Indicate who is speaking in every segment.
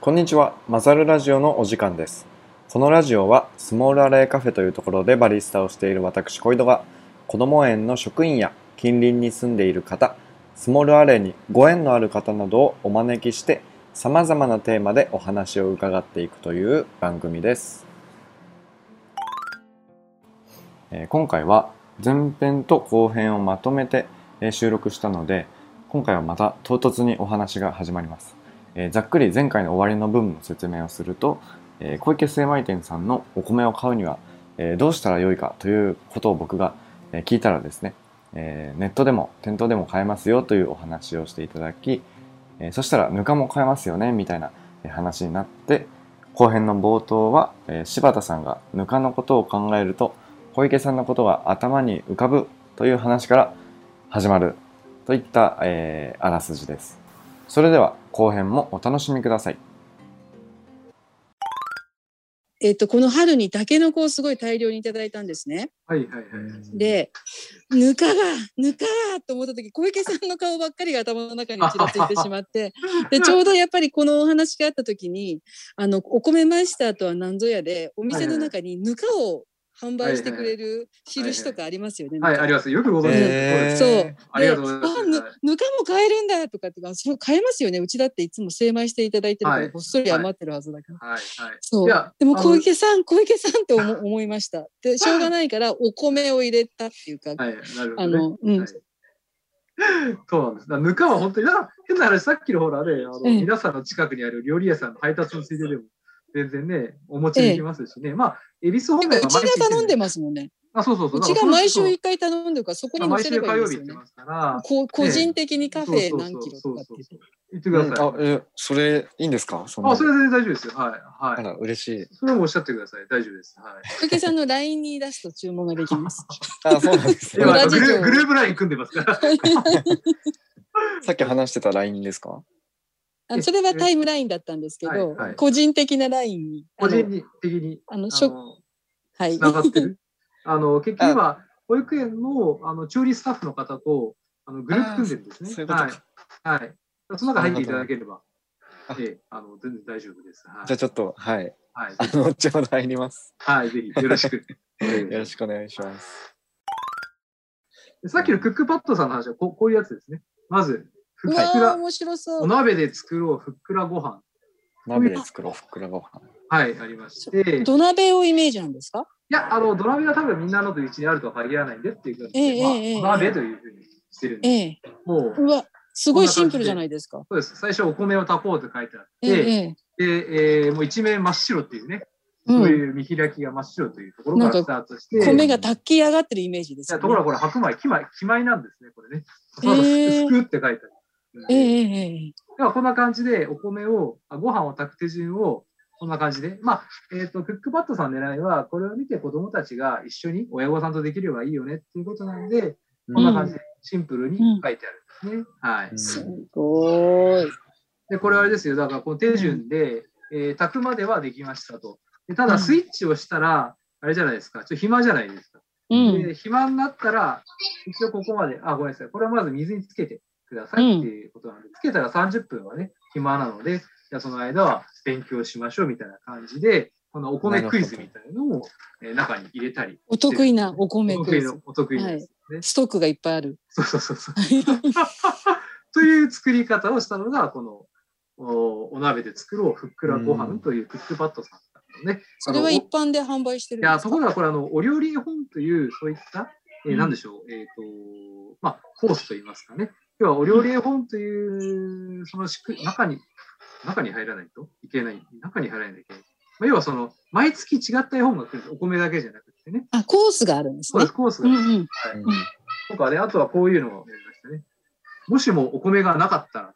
Speaker 1: こんにちはマザルラジオのお時間ですこのラジオはスモールアレイカフェというところでバリスタをしている私小井戸がこども園の職員や近隣に住んでいる方スモールアレイにご縁のある方などをお招きしてさまざまなテーマでお話を伺っていくという番組です、えー今回は前編と後編をまとめてえー収録したので今回はまた唐突にお話が始まります、えーざっくり前回の終わりの部分の説明をすると、えー小池精米店さんのお米を買うには、えーどうしたらよいかということを僕が、えー聞いたらですね、えーネットでも店頭でも買えますよというお話をしていただき、えーそしたらぬかも買えますよねみたいなえー話になって後編の冒頭は、えー柴田さんがぬかのことを考えると小池さんのことが頭に浮かぶという話から始まるといった、えーあらすじですそれでは後編もお楽しみください
Speaker 2: えっと、この春にタケノコをすごい大量にいただいたんですね。
Speaker 3: はいはいはい。
Speaker 2: で、ぬかが、ぬかがと思った時、小池さんの顔ばっかりが頭の中にちらついてしま って、で、ちょうどやっぱりこのお話があった時に、あの、お米マイスターとは何ぞやで、お店の中にぬかを販売してくれる印とかありますよね。
Speaker 3: はい、あり
Speaker 2: が
Speaker 3: ます。よくご存知
Speaker 2: へ
Speaker 3: で
Speaker 2: ー
Speaker 3: す。
Speaker 2: そう
Speaker 3: ありがとうございま
Speaker 2: あ、
Speaker 3: す
Speaker 2: ぬ、ぬかも買えるんだとかってか、そう、買えますよね。うちだっていつも精米していただいてるか
Speaker 3: は
Speaker 2: ら、
Speaker 3: い
Speaker 2: こっそり余ってるはずだから。
Speaker 3: はいはい。
Speaker 2: そう
Speaker 3: いや
Speaker 2: でも
Speaker 3: あの
Speaker 2: 小池さん小池さんって思思いました。でしょうがないからお米を入れたっていうか、
Speaker 3: はい、なる
Speaker 2: あ
Speaker 3: ほど、ね。
Speaker 2: のうん、
Speaker 3: はい そうなんです。だからぬかは本当に、だから変な話、さっきのほらね、あの、
Speaker 2: ええ
Speaker 3: 皆さんの近くにある料理屋さんの配達のついででも、全然ね、お持ちできますしね。まあ、恵比寿方
Speaker 2: て
Speaker 3: 面
Speaker 2: か
Speaker 3: は
Speaker 2: う
Speaker 3: 毎
Speaker 2: ち
Speaker 3: 日
Speaker 2: が頼んで
Speaker 3: ま
Speaker 2: ますもんね。
Speaker 3: あ、そうそうそうう。
Speaker 2: ちが毎週
Speaker 3: だ
Speaker 2: 一回頼んでるからそこ
Speaker 3: から
Speaker 2: に
Speaker 3: そ
Speaker 2: 載
Speaker 3: う
Speaker 2: せ
Speaker 3: そうそ
Speaker 2: れ
Speaker 3: う
Speaker 2: ば
Speaker 3: 毎
Speaker 2: いい
Speaker 3: 週
Speaker 2: です
Speaker 3: 火曜日行
Speaker 2: よね。
Speaker 3: ってますから、
Speaker 2: こ個人的にカフェ何キロとかって言って。
Speaker 3: 行ってください。
Speaker 1: あえそれいいんですかそんな
Speaker 3: あ、それは全然大丈夫ですよ。はい。
Speaker 1: あ
Speaker 3: は
Speaker 1: ら嬉しい
Speaker 3: い。それもおっしゃってください。大丈夫です。はい。
Speaker 2: 小池さんの LINE に出すと注文ができ ます。
Speaker 1: あそうなんです
Speaker 3: い
Speaker 1: ね
Speaker 3: や
Speaker 2: 裏
Speaker 3: あの
Speaker 2: 事
Speaker 3: グ
Speaker 2: 情
Speaker 3: ルーグループライン組んでま すから。
Speaker 1: さっき話してた LINE ですか
Speaker 2: あのそれはタイムラインだったんですけど、
Speaker 3: はいはい
Speaker 2: 個人的な LINE に。あ
Speaker 3: 個
Speaker 2: の
Speaker 3: 人的に。
Speaker 2: あの
Speaker 3: あ
Speaker 2: しょ
Speaker 3: の
Speaker 2: はい
Speaker 3: つながって る。あの結局今、保育園のあの調理スタッフの方とあのグループ組んでるんですね。
Speaker 1: あーそういうことか
Speaker 3: はい。はい、その中入っていただければ
Speaker 1: なるほ、ど
Speaker 3: ええあの全然大丈夫です。は
Speaker 1: じゃあ
Speaker 3: い
Speaker 1: ちょっと はい
Speaker 3: はい
Speaker 1: あの後ほど入ります
Speaker 3: はい、ぜひよろ しく。
Speaker 1: よろしくお願いします
Speaker 3: でさっきのクックパッドさんの話はここういうやつですね。まず、ふっ
Speaker 2: う
Speaker 3: く
Speaker 2: わー
Speaker 3: ら、
Speaker 2: 面白そ
Speaker 3: お
Speaker 2: う。
Speaker 3: 鍋で作ろうふっくらご飯
Speaker 1: 鍋で作ろうふっくらご飯
Speaker 3: はい、ありまして、い
Speaker 2: 土鍋をイメージなんですか？
Speaker 3: や、あの、ドラメは多分みんなのとうちにあるとは限らないんでっていう感じで、
Speaker 2: ええ
Speaker 3: まあ
Speaker 2: ええええ
Speaker 3: お鍋というふうにしてるんで、
Speaker 2: ええ。
Speaker 3: もう、
Speaker 2: うわすごいシンプルじゃないですか。
Speaker 3: そうです。最初お米を炊こうと書いてあって、
Speaker 2: ええええ。
Speaker 3: で、えーもう一面真っ白っていうね、
Speaker 2: うん
Speaker 3: そういう見開きが真っ白というところからスタートして、
Speaker 2: 米が炊き上がってるイメージです、
Speaker 3: いや
Speaker 2: ね。
Speaker 3: ところがこれ白米、きまきまいなんですね、これね。
Speaker 2: えー
Speaker 3: すくって書いてある。
Speaker 2: ええええええ
Speaker 3: ではこんな感じでお米を、あご飯を炊く手順を、こんな感じで。まあ、えっ、と、クックパッドさんの狙いは、これを見て子供たちが一緒に親御さんとできればいいよねっていうことなんで、こんな感じでシンプルに書いてあるんですね。はい。
Speaker 2: すごい。
Speaker 3: で、これはあれですよ。だから、この手順で、えー炊くまではできましたと。でた
Speaker 2: う
Speaker 3: だ、
Speaker 2: ん
Speaker 3: スイッチをしたら、あれじゃないですか。ちょっと暇じゃないですか。
Speaker 2: うん。
Speaker 3: で、暇になったら、一応ここまで、あ、ごめんなさい。これはまず水につけてくださいっていうことなんで、つけたら30分はね、暇なので、じゃあその間は勉強しましょうみたいな感じで、このお米クイズみたいなのを、えー中に入れたり。
Speaker 2: お得意なお米
Speaker 3: お
Speaker 2: ク
Speaker 3: 得
Speaker 2: イ
Speaker 3: 意
Speaker 2: ズ
Speaker 3: の。、お得意のやつですね。
Speaker 2: ストックがいっぱいあ る。
Speaker 3: そうそうそうそう。という作り方をしたのが、このおお鍋で作ろうふっくらご飯というクックパッドさんだったのね。
Speaker 2: それは一般で販売してる
Speaker 3: い
Speaker 2: んで
Speaker 3: や、
Speaker 2: す
Speaker 3: と
Speaker 2: か
Speaker 3: ころがこれ、あの、お料理絵本という、そういった、え
Speaker 2: う
Speaker 3: ー、
Speaker 2: ん
Speaker 3: なんでしょう、えっ、と、まあ、コースといいますかね。要は、お料理絵本という、そのしく、中に、中に入らないといけない。中に入らないといけない。まあ、要は、その、毎月違った絵本が来るんです。お米だけじゃなくてね。
Speaker 2: あ、コースがあるんです
Speaker 3: そうで
Speaker 2: ね
Speaker 3: す、。コース
Speaker 2: う
Speaker 3: が
Speaker 2: んうん。
Speaker 3: はいとかね、あとはこういうのをやりましたね。もしもお米がなかったらっ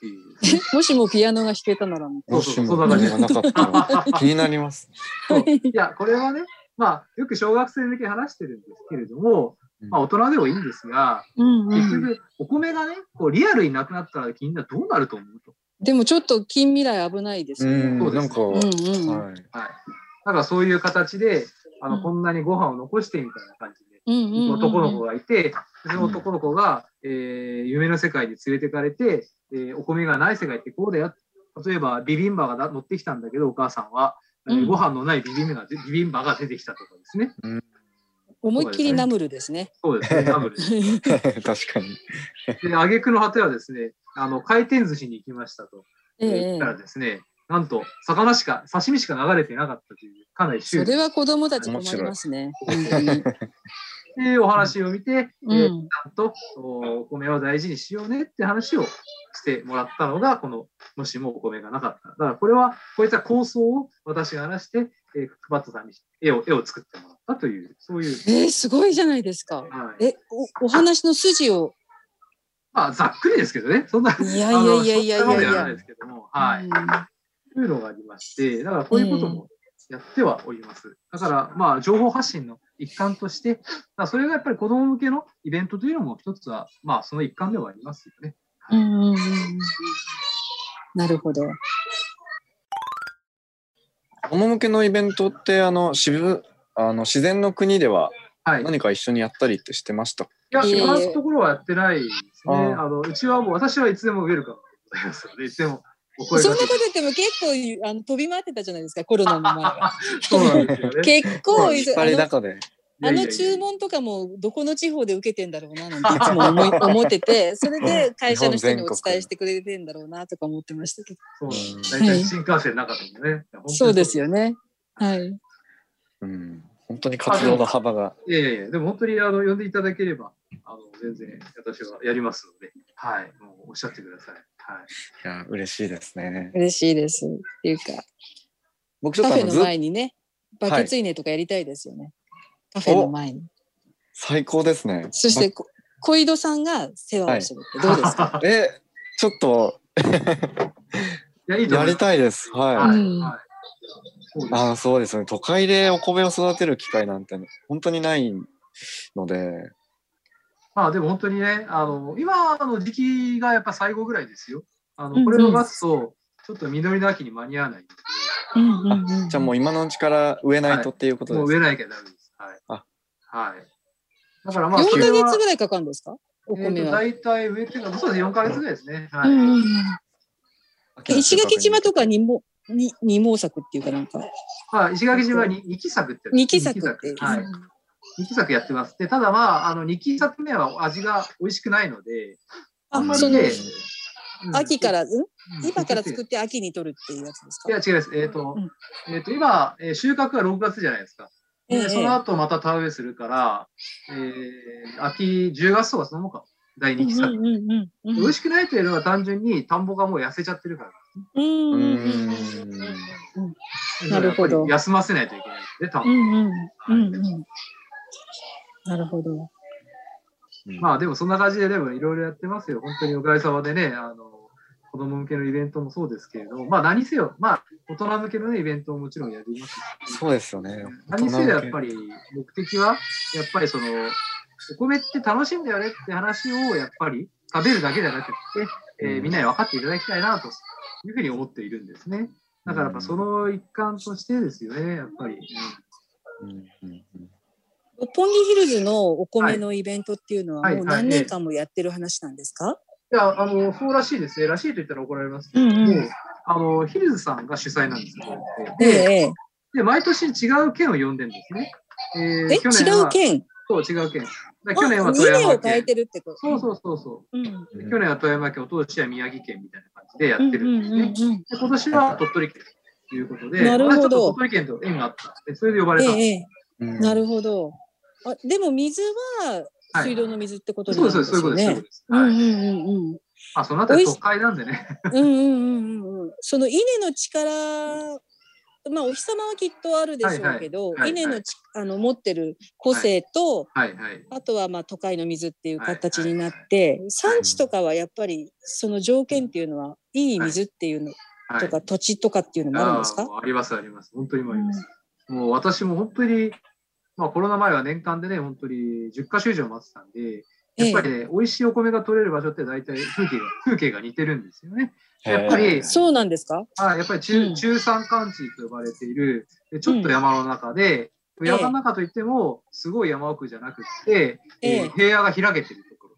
Speaker 3: ていう。
Speaker 2: もしもピアノが弾けたならみたい
Speaker 3: そうそうそんな感じ
Speaker 1: がなかったら 気になります
Speaker 3: そういや、これはね、まあ、よく小学生向けに話してるんですけれども、まあ、大人でもいいんですが、
Speaker 2: な。うん
Speaker 3: 結
Speaker 2: うん。
Speaker 3: 局、お米がね、こう、リアルになくなったら、みんなどうなると思うと。
Speaker 2: でもちょっと近未来危ないです
Speaker 1: う
Speaker 2: よね。
Speaker 1: ん
Speaker 3: そうで
Speaker 1: な
Speaker 3: す
Speaker 1: んか、
Speaker 2: うんうん。
Speaker 1: はい
Speaker 3: はい。だから、そういう形で、あ
Speaker 2: う
Speaker 3: の、
Speaker 2: ん
Speaker 3: こんなにご飯を残してみたいな感じで、
Speaker 2: うんうん。
Speaker 3: 男の子
Speaker 2: が。
Speaker 3: がいて、その男の子が、えー夢の世界に連れてかれて、えーお米がない世界ってこうだよ。例えばビビンバがだ乗ってきたんだけど、お母さんは、え
Speaker 2: う
Speaker 3: ー
Speaker 2: ん
Speaker 3: ご飯のないビビンバがビビンバが出てきたとかですね。
Speaker 2: 思いっきりナムルですね。
Speaker 3: そうですね、ダブル で
Speaker 1: 確かに。
Speaker 3: で、挙句の果てはですね、あの回転寿司に行きましたと
Speaker 2: ええ
Speaker 3: 言
Speaker 2: え
Speaker 3: っ
Speaker 2: え
Speaker 3: たらですね、なんと魚しか、刺身しか流れてなかったという、かなりシュ
Speaker 2: そ
Speaker 3: ール
Speaker 2: れは子供たち困りますね。
Speaker 3: というお話を見て、
Speaker 2: う
Speaker 3: えー
Speaker 2: ん。
Speaker 3: ちゃんとおお米を大事にしようねって話をしてもらったのが、この、もしもお米がなかったら。だからこれは、こういった構想を私が話して、えークックパッドさんに絵を絵を作ってもらったという、そういう、
Speaker 2: えー、すごいじゃないですか。
Speaker 3: はい
Speaker 2: え、おお話の筋を。
Speaker 3: まあ、ざっくりですけどね、そんな、
Speaker 2: いや
Speaker 3: あ
Speaker 2: いや
Speaker 3: の
Speaker 2: いやいや
Speaker 3: そんなも
Speaker 2: いや
Speaker 3: の
Speaker 2: い
Speaker 3: では
Speaker 2: や
Speaker 3: ない。ですけども、はい。
Speaker 2: うん
Speaker 3: というのがありまして、だからこういうこともやってはおります。だから、まあ、情報発信の一環として、だからそれがやっぱり子供向けのイベントというのも一つは、まあ、その一環ではありますよね。
Speaker 2: うんうんうんうんなるほど。
Speaker 1: 子供向けのイベントって、あの、渋、あの、自然の国では
Speaker 3: はい。
Speaker 1: 何か一緒にやったりってしてました。
Speaker 3: いや、
Speaker 2: いえいえ
Speaker 3: 今のところはやってないですね。
Speaker 1: あ
Speaker 3: あのうちはもう、私はいつでもウェルカムでございますので、いつでもお声
Speaker 2: そん
Speaker 3: 掛
Speaker 2: なこと
Speaker 3: け
Speaker 2: 言っても結構あの飛び回ってたじゃないですか、コロナの前は。
Speaker 3: そうなんですよね。
Speaker 2: 結構い
Speaker 1: 引っ
Speaker 2: ず
Speaker 1: 張
Speaker 2: あ
Speaker 1: りだ
Speaker 2: の、
Speaker 1: こで。
Speaker 2: あ
Speaker 3: いやいやい
Speaker 2: の
Speaker 3: や
Speaker 2: 注文とかもどこの地方で受けてんだろうななんていつも思い思ってて、それで会社の人にお伝えしてくれてんだろうなとか思ってましたけど。
Speaker 3: そうなんです
Speaker 2: うん
Speaker 3: 大体新幹線の中でもね。いや本当に
Speaker 2: そうですよね。はい。
Speaker 1: うん。本当に活動の幅が。
Speaker 3: いやいやいや、でも本当にあの呼んでいただければ、あの全然私はやりますので、はい、もうおっしゃってください。はい。
Speaker 1: いや、嬉しいですね。
Speaker 2: 嬉しいです。っていうか、
Speaker 1: 僕ちょっ
Speaker 2: カ
Speaker 1: とあの、
Speaker 2: フェの
Speaker 1: ず
Speaker 2: 前にね、バケツイネとかやりたいですよね。カフェの前に。
Speaker 1: 最高ですね。
Speaker 2: そして、こ小井戸さんが世話をするってどうですか、
Speaker 1: まえ、ちょっと、
Speaker 3: いや、いいと
Speaker 1: や
Speaker 3: 思
Speaker 1: り
Speaker 3: います。
Speaker 1: たいです。は。
Speaker 3: はいい。
Speaker 2: うん
Speaker 3: はいそうです
Speaker 1: あそうですね。都会でお米を育てる機会なんて、本当にないので、
Speaker 3: まあでも本当にね、あの今の時期がやっぱ最後ぐらいですよ。あ
Speaker 2: うんう
Speaker 3: の
Speaker 2: ん
Speaker 3: これを待つと、ちょっと実りの秋に間に合わないの
Speaker 2: うんうんうん
Speaker 1: じゃあもう今のうちから植えないとっていうこ
Speaker 3: で、
Speaker 1: と
Speaker 3: も
Speaker 1: です
Speaker 3: う植えないけどダメです。はい。
Speaker 1: あ
Speaker 3: はい。だからまあ、
Speaker 2: 4
Speaker 3: そ
Speaker 2: ヶ
Speaker 3: れは
Speaker 2: 月ぐらいかかるんですかお米
Speaker 3: えーと
Speaker 2: は。
Speaker 3: 大体植えてるのは、そうです、4ヶ月ぐらいですね。は
Speaker 2: う
Speaker 3: い。
Speaker 2: んうんうん、石垣島とかにもに二毛作っていうかなんか
Speaker 3: まあ、石垣島に2期作ってやつ
Speaker 2: 二期作ってい
Speaker 3: 二
Speaker 2: う
Speaker 3: 期はい。二期作やってます。で、ただまあ、あの2期作目は味が美味しくないので、あんま
Speaker 2: あ
Speaker 3: り
Speaker 2: その
Speaker 3: ねうん
Speaker 2: 秋から、ん、
Speaker 3: うん
Speaker 2: 今から作って秋に取るっていうやつです
Speaker 3: い
Speaker 2: か
Speaker 3: や、違います。えっ、と、
Speaker 2: うん
Speaker 3: えっ、と、今、えー収穫は6月じゃないですか。
Speaker 2: え
Speaker 3: で、
Speaker 2: え
Speaker 3: その後また田植えするから、えー秋、10月とかそのもんか、第
Speaker 2: う
Speaker 3: 2
Speaker 2: ん
Speaker 3: 期
Speaker 2: うん
Speaker 3: 作。
Speaker 2: うんうん
Speaker 3: 美味しくないというのは単純に田んぼがもう痩せちゃってるから。
Speaker 2: うんうんうんなるほど
Speaker 3: やっぱり休ませないといけないんで、田ん
Speaker 2: う
Speaker 3: ぼ。
Speaker 2: んうんうんうんなるほど
Speaker 3: まあでもそんな感じで、でもいろいろやってますよ。本当におかげさまでね、あの、子供向けのイベントもそうですけれども、まあ何せよ、まあ大人向けの、ね、イベントももちろんやります
Speaker 1: そうですよね。
Speaker 3: 何せやっぱり目的は、やっぱりその、お米って楽しいんだよねって話を、やっぱり食べるだけじゃなくって、えー
Speaker 1: うん
Speaker 3: みんなに分かっていただきたいなというふうに思っているんですね。だからやっぱその一環としてですよね、やっぱり。
Speaker 1: うんうんうん
Speaker 2: 六本木ヒルズのお米のイベントっていうのは
Speaker 3: はい
Speaker 2: もう
Speaker 3: はいはい
Speaker 2: 何年間もやってる話なんですか
Speaker 3: いや、あの、そうらしいですね。らしいと言ったら怒られますけ
Speaker 2: う
Speaker 3: ど、
Speaker 2: んうん
Speaker 3: もうあの、ヒルズさんが主催なんですよ。これって
Speaker 2: ええ
Speaker 3: で、毎年違う県を呼んでるんですね。え
Speaker 2: え
Speaker 3: ー
Speaker 2: え違
Speaker 3: 去年
Speaker 2: う
Speaker 3: は
Speaker 2: 県
Speaker 3: そう、違う県。だから去年
Speaker 2: あ
Speaker 3: は
Speaker 2: 二
Speaker 3: 富
Speaker 2: 年
Speaker 3: 山
Speaker 2: を変え
Speaker 3: 県。
Speaker 2: てるってこと
Speaker 3: そうそうそうそう。
Speaker 2: うんうん
Speaker 1: うん
Speaker 3: 去年は富山県、おととしは宮城県みたいな感じでやっ
Speaker 2: う
Speaker 3: て
Speaker 2: ん
Speaker 3: るん
Speaker 2: う
Speaker 3: ですね。
Speaker 2: んうん
Speaker 3: で今年は鳥取県ということで、
Speaker 2: なるほど
Speaker 3: 私ちょっと鳥取県と縁があったんで、それで呼ばれたんです。
Speaker 2: ええ
Speaker 1: うん
Speaker 2: なるほど。あでも水は
Speaker 3: はい
Speaker 2: 水道の水ってことに
Speaker 3: そう
Speaker 2: な
Speaker 3: で
Speaker 2: るん
Speaker 3: す、
Speaker 2: で
Speaker 3: そう
Speaker 2: す
Speaker 3: いうこ
Speaker 2: よ
Speaker 3: とです。そういうこ
Speaker 2: ね
Speaker 3: と。です
Speaker 2: うんうん
Speaker 3: はい
Speaker 2: うん
Speaker 3: あ、そのあたり都会なんでね。
Speaker 2: うんうんうんうんうんその稲の力まあお日様はきっとあるでしょうけど、
Speaker 3: はいはいはいはい
Speaker 2: 稲のちあの持ってる個性と、
Speaker 3: はいはい。
Speaker 2: あとはまあ都会の水っていう形になって、産地とかはやっぱりその条件っていうのはいい水っていうの
Speaker 3: はい、
Speaker 2: とか、土地とかっていうのもあるんですか、
Speaker 3: あーあります、あります。本当にもあります。もう私も本当に、まあコロナ前は年間でね、本当に10カ所以上待ってたんで、やっぱりね、美味しいお米が取れる場所って大体風景が、風景が似てるんですよね。やっぱり
Speaker 1: へー
Speaker 2: そうなんですか
Speaker 3: あやっぱ
Speaker 2: う
Speaker 3: り
Speaker 2: ん
Speaker 3: 中中山間地と呼ばれている、でちょっと山の中で、
Speaker 2: ん
Speaker 3: 山の中といっても、すごい山奥じゃなくって、
Speaker 2: ええ
Speaker 3: えー平野が開けてるところ。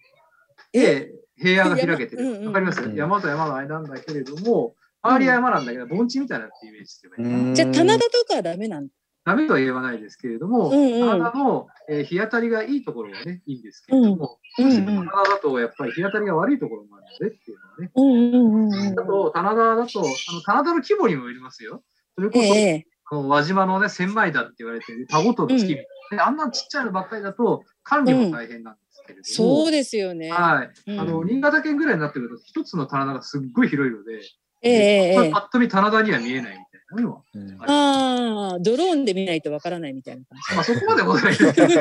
Speaker 3: で、平野が開けて
Speaker 2: うんうんう
Speaker 3: る。
Speaker 2: ん
Speaker 3: わかります
Speaker 1: うん
Speaker 3: 山と山の間なんだけれども、周りは山なんだけど、盆地みたいなってイメージしてもいいかな
Speaker 1: うん
Speaker 2: じゃあ棚田とかはダメなの
Speaker 3: ダメとは言わないですけれども、
Speaker 2: うんうん
Speaker 3: 体の、えー日当たりがいいところはね、いいんですけれども、
Speaker 2: うん
Speaker 3: 棚田だとやっぱり日当たりが悪いところもあるのでっていうのはね。
Speaker 2: うんうんうんうん
Speaker 3: あと、棚田だと、あの棚田の規模にもよりますよ。それこ
Speaker 2: え
Speaker 3: そ、
Speaker 2: え
Speaker 3: あの輪島のね、千枚田って言われてる、田ごとの月見、であんなちっちゃいのばっかりだと、管理も大変なんですけれども、
Speaker 2: そうですよね。
Speaker 3: はい。
Speaker 2: うん
Speaker 3: あの、新潟県ぐらいになってくると、一つの棚田がすっごい広いので、
Speaker 2: えええ
Speaker 3: こ
Speaker 2: え
Speaker 3: れパッと見棚田には見えないみたいなのは。
Speaker 1: うん
Speaker 3: あります
Speaker 2: ああ、ドローンで見ないとわからないみたいな感
Speaker 3: まあ、そこまでもないです けど、え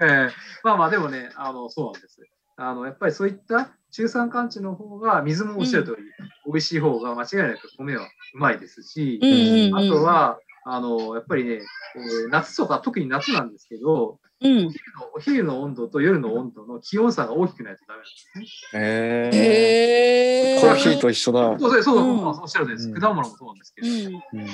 Speaker 3: ーまあまあ、でもね、あの、そうなんです。あの、やっぱりそういった中山間地の方が、水もおっしゃる通り、美味しい方が間違いなく米はうまいですし、
Speaker 2: じ。うんうんうん、
Speaker 3: あと、は、あの、やっぱりね、えー夏とか、特に夏なんですけど、
Speaker 2: うん、
Speaker 3: お昼の温度と夜の温度の気温差が大きくないとダメなんですね。
Speaker 1: え
Speaker 2: へえ。
Speaker 1: ー、コーヒーと一緒だ。
Speaker 3: そうそう、そう
Speaker 2: うん
Speaker 3: まあおっしゃるんです。
Speaker 1: うん
Speaker 3: 果物もそうなんですけ
Speaker 2: う
Speaker 3: ど、
Speaker 2: ん、
Speaker 1: うん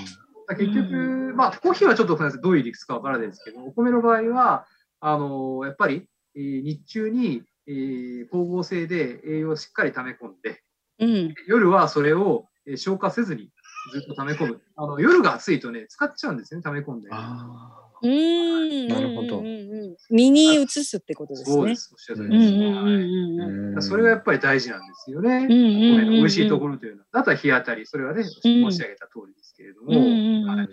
Speaker 3: 結局、まあ、コーヒーはちょっとわかんないですどういう理屈かわからないですけど、お米の場合は、あのやっぱり、えー日中に、えー光合成で栄養をしっかり溜め込んで、
Speaker 2: うん、
Speaker 3: 夜はそれを、えー消化せずにずっと溜め込む。あの夜が暑いとね、使っちゃうんですよね、溜め込んで。
Speaker 1: あ
Speaker 2: うん。
Speaker 1: なるほど
Speaker 2: うんうんうんうん身に移すってことです
Speaker 3: そうで
Speaker 2: ね。
Speaker 3: す、おっしゃる通
Speaker 2: うんう
Speaker 3: りです。
Speaker 2: んう
Speaker 3: は
Speaker 2: ん
Speaker 3: い
Speaker 2: うん
Speaker 1: ー
Speaker 3: それがやっぱり大事なんですよね。
Speaker 2: うんうん
Speaker 3: お米
Speaker 2: うん。
Speaker 3: の美味しいところというのは。あとは日当たり、それはね、申し上げた通りですけれども、
Speaker 2: うんうんうん
Speaker 3: は
Speaker 2: う
Speaker 3: い
Speaker 2: ん。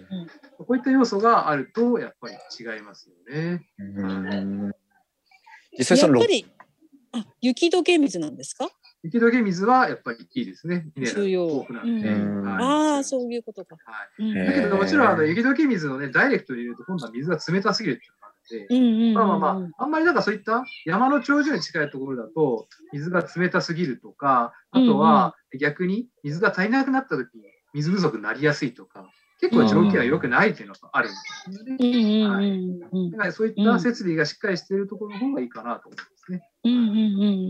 Speaker 3: こういった要素があると、やっぱり違いますよね。
Speaker 1: うん実際
Speaker 2: や
Speaker 1: その
Speaker 2: っぱ
Speaker 1: ろ
Speaker 2: り、あ、雪解け水なんですか。
Speaker 3: 雪解け水はやっぱりいいですね。ミネラル
Speaker 2: 重要
Speaker 3: 豊富なんで。
Speaker 1: うん
Speaker 2: ああ、
Speaker 3: う。
Speaker 2: そういうことか。
Speaker 3: はい。
Speaker 2: うん
Speaker 3: だけ
Speaker 1: へ
Speaker 3: ど
Speaker 1: ー
Speaker 3: もちろんあの雪解け水をね、ダイレクトに入れると今度は水が冷たすぎるっていうのがあるんで、
Speaker 2: うんうんうんうん。
Speaker 3: まあまあまあ、あんまりなんかそういった山の頂上に近いところだと水が冷たすぎるとか、あとは逆に水が足りなくなった時に水不足になりやすいとか、結構条件は良くないっていうのがあるんですよね。
Speaker 2: うんうんうんうん
Speaker 3: だからそういった設備がしっかりしているところの方がいいかなと思いますね。
Speaker 2: うんうんう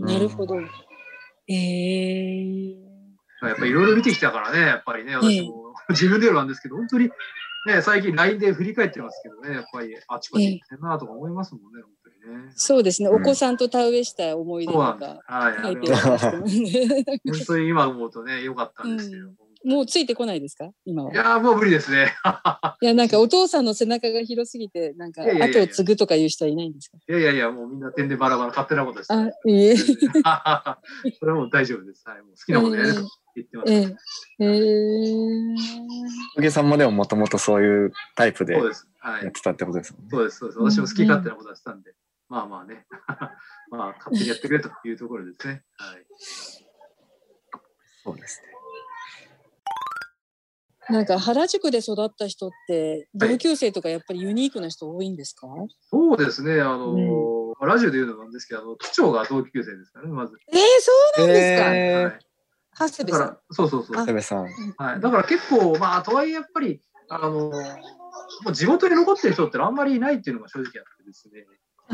Speaker 2: ん。なるほど。ええ。
Speaker 3: やっぱりいろいろ見てきたからね、やっぱりね、私も自分で言うのなんですけど、本当に、ね、最近 LINE で振り返ってますけどね、やっぱりあっちこっち行ってんなとか思いますもんね、本当にね。
Speaker 2: そうですね。
Speaker 1: う
Speaker 2: お
Speaker 1: ん
Speaker 2: 子さんと田植えした思い出と
Speaker 3: そうなんです
Speaker 2: か。。
Speaker 3: はい。
Speaker 2: 書
Speaker 3: あ
Speaker 2: いて
Speaker 3: れ
Speaker 2: る
Speaker 3: は
Speaker 1: は
Speaker 2: んですけど
Speaker 3: 本当に今思うとね、良かったんですけど。
Speaker 2: もうついてこないですか今は。
Speaker 3: いやーもう無理ですね。
Speaker 2: いや、なんかお父さんの背中が広すぎて、なんか
Speaker 3: いやいやい
Speaker 2: 後
Speaker 3: や
Speaker 2: を継ぐとかいう人はいないんですか
Speaker 3: いやいやいや、もうみんな点でバラバラ勝手なことして。
Speaker 2: あ、いえ。
Speaker 3: それはもう大丈夫です。はい。もう好きなことやれと言ってます。
Speaker 2: ええ。ええ。
Speaker 1: 小木さんまではもともとそういうタイプで
Speaker 3: そう
Speaker 1: や
Speaker 3: です。はい
Speaker 1: っ。てたってことですもんね。
Speaker 3: そうです、そうです。私も好き勝手なことはしたんで、まあまあね、 まあ勝手にやってくれというところですね。はい。
Speaker 1: そうですね。
Speaker 2: なんか原宿で育った人って、
Speaker 3: はい
Speaker 2: 同級生とかやっぱりユニークな人多いんですか、
Speaker 3: そうですね、あのーラジオで言うのもなんですけど、あの区長が同級生ですからね、まず。
Speaker 2: ええそうなんですか、
Speaker 1: えー
Speaker 3: はい、
Speaker 2: 長谷部
Speaker 3: だか
Speaker 2: さん。
Speaker 3: ら、そうそうそう。
Speaker 1: 矢部さん。
Speaker 3: はい、だから結構、まあ、とはいえやっぱり、あのーもう地元に残ってる人ってあんまりいないっていうのが正直あってですね。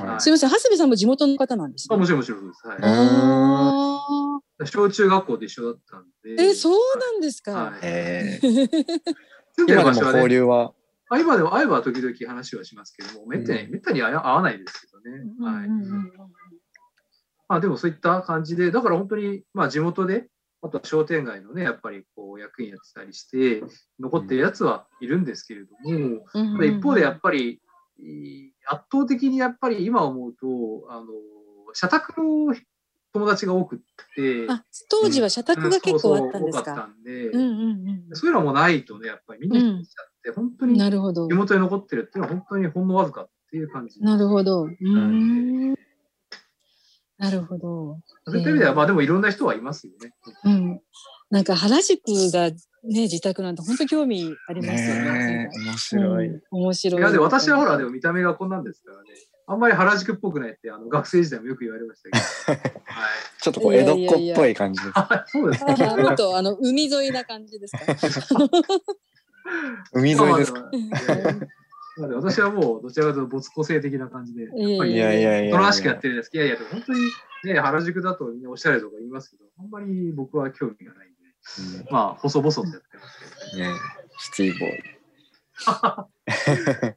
Speaker 3: はい
Speaker 2: すみません、長谷部さんも地元の方なんです
Speaker 3: あ
Speaker 2: ね。
Speaker 3: もちろんもちろんそうです。は
Speaker 1: あ
Speaker 2: あ
Speaker 3: い、小中学校で一緒だったん
Speaker 2: ー
Speaker 3: で。
Speaker 2: えー、そうなんですか、
Speaker 3: はい
Speaker 1: ーえー
Speaker 3: 住んで
Speaker 1: 今
Speaker 3: る
Speaker 1: で
Speaker 3: 場
Speaker 1: も
Speaker 3: 所は
Speaker 1: 交
Speaker 3: ね、
Speaker 1: 流は。
Speaker 3: あ今でも会えば時々話はしますけども、めったに、めったに会わないですけどね。はい
Speaker 2: うんうんうん
Speaker 3: まあでもそういった感じで、だから本当にまあ地元で、あとは商店街のね、やっぱりこう役員やってたりして、残ってるやつはいるんですけれども、
Speaker 2: うんうん
Speaker 3: ただ一方でやっぱり、い圧倒的にやっぱり今思うと、あの、社宅の友達が多くって、
Speaker 2: あ当時は社宅が結構あったんです
Speaker 3: そうそ
Speaker 2: か。
Speaker 3: う多かったんで、
Speaker 2: うんうん
Speaker 3: そういうのもないとね、やっぱりみんな引っ越しちゃって、本当
Speaker 2: うん。
Speaker 3: に
Speaker 2: なるほど
Speaker 3: 地。元に残ってるっていうのは本当にほんのわずかっていう感じ。
Speaker 2: なるほど。うーん。なるほど。
Speaker 3: そういった意味では、まあでもいろんな人はいますよね。
Speaker 2: うん。なんか原宿がね、自宅なんて本当興味ありますよ
Speaker 1: ね
Speaker 2: ね。
Speaker 1: え、面白
Speaker 2: うん
Speaker 1: い。
Speaker 2: 面白い。
Speaker 3: いやでも私はほらでも見た目がこんなんですからね。あんまり原宿っぽくないってあの学生時代もよく言われまし たけど。はい。
Speaker 1: ちょっとこう江戸っ子っぽい感じです。
Speaker 3: あそうです
Speaker 2: あ
Speaker 3: ね。
Speaker 2: ー。 もっとあの海沿いな感じです か。
Speaker 1: 海沿いですか。
Speaker 3: まあまあまあでも私はもうどちらかというと没個性的な感じで、やっ
Speaker 2: いや
Speaker 3: ぱり
Speaker 1: い
Speaker 2: い
Speaker 1: やいやいや。
Speaker 3: おとなしくやってるんですけど、いやいや、でも本当にね、原宿だとみんなおしゃれとか言いますけど、あんまり僕は興味がないんで、
Speaker 1: うん
Speaker 3: まあ、細々とやってますけどね。
Speaker 1: ねえシティボーイ。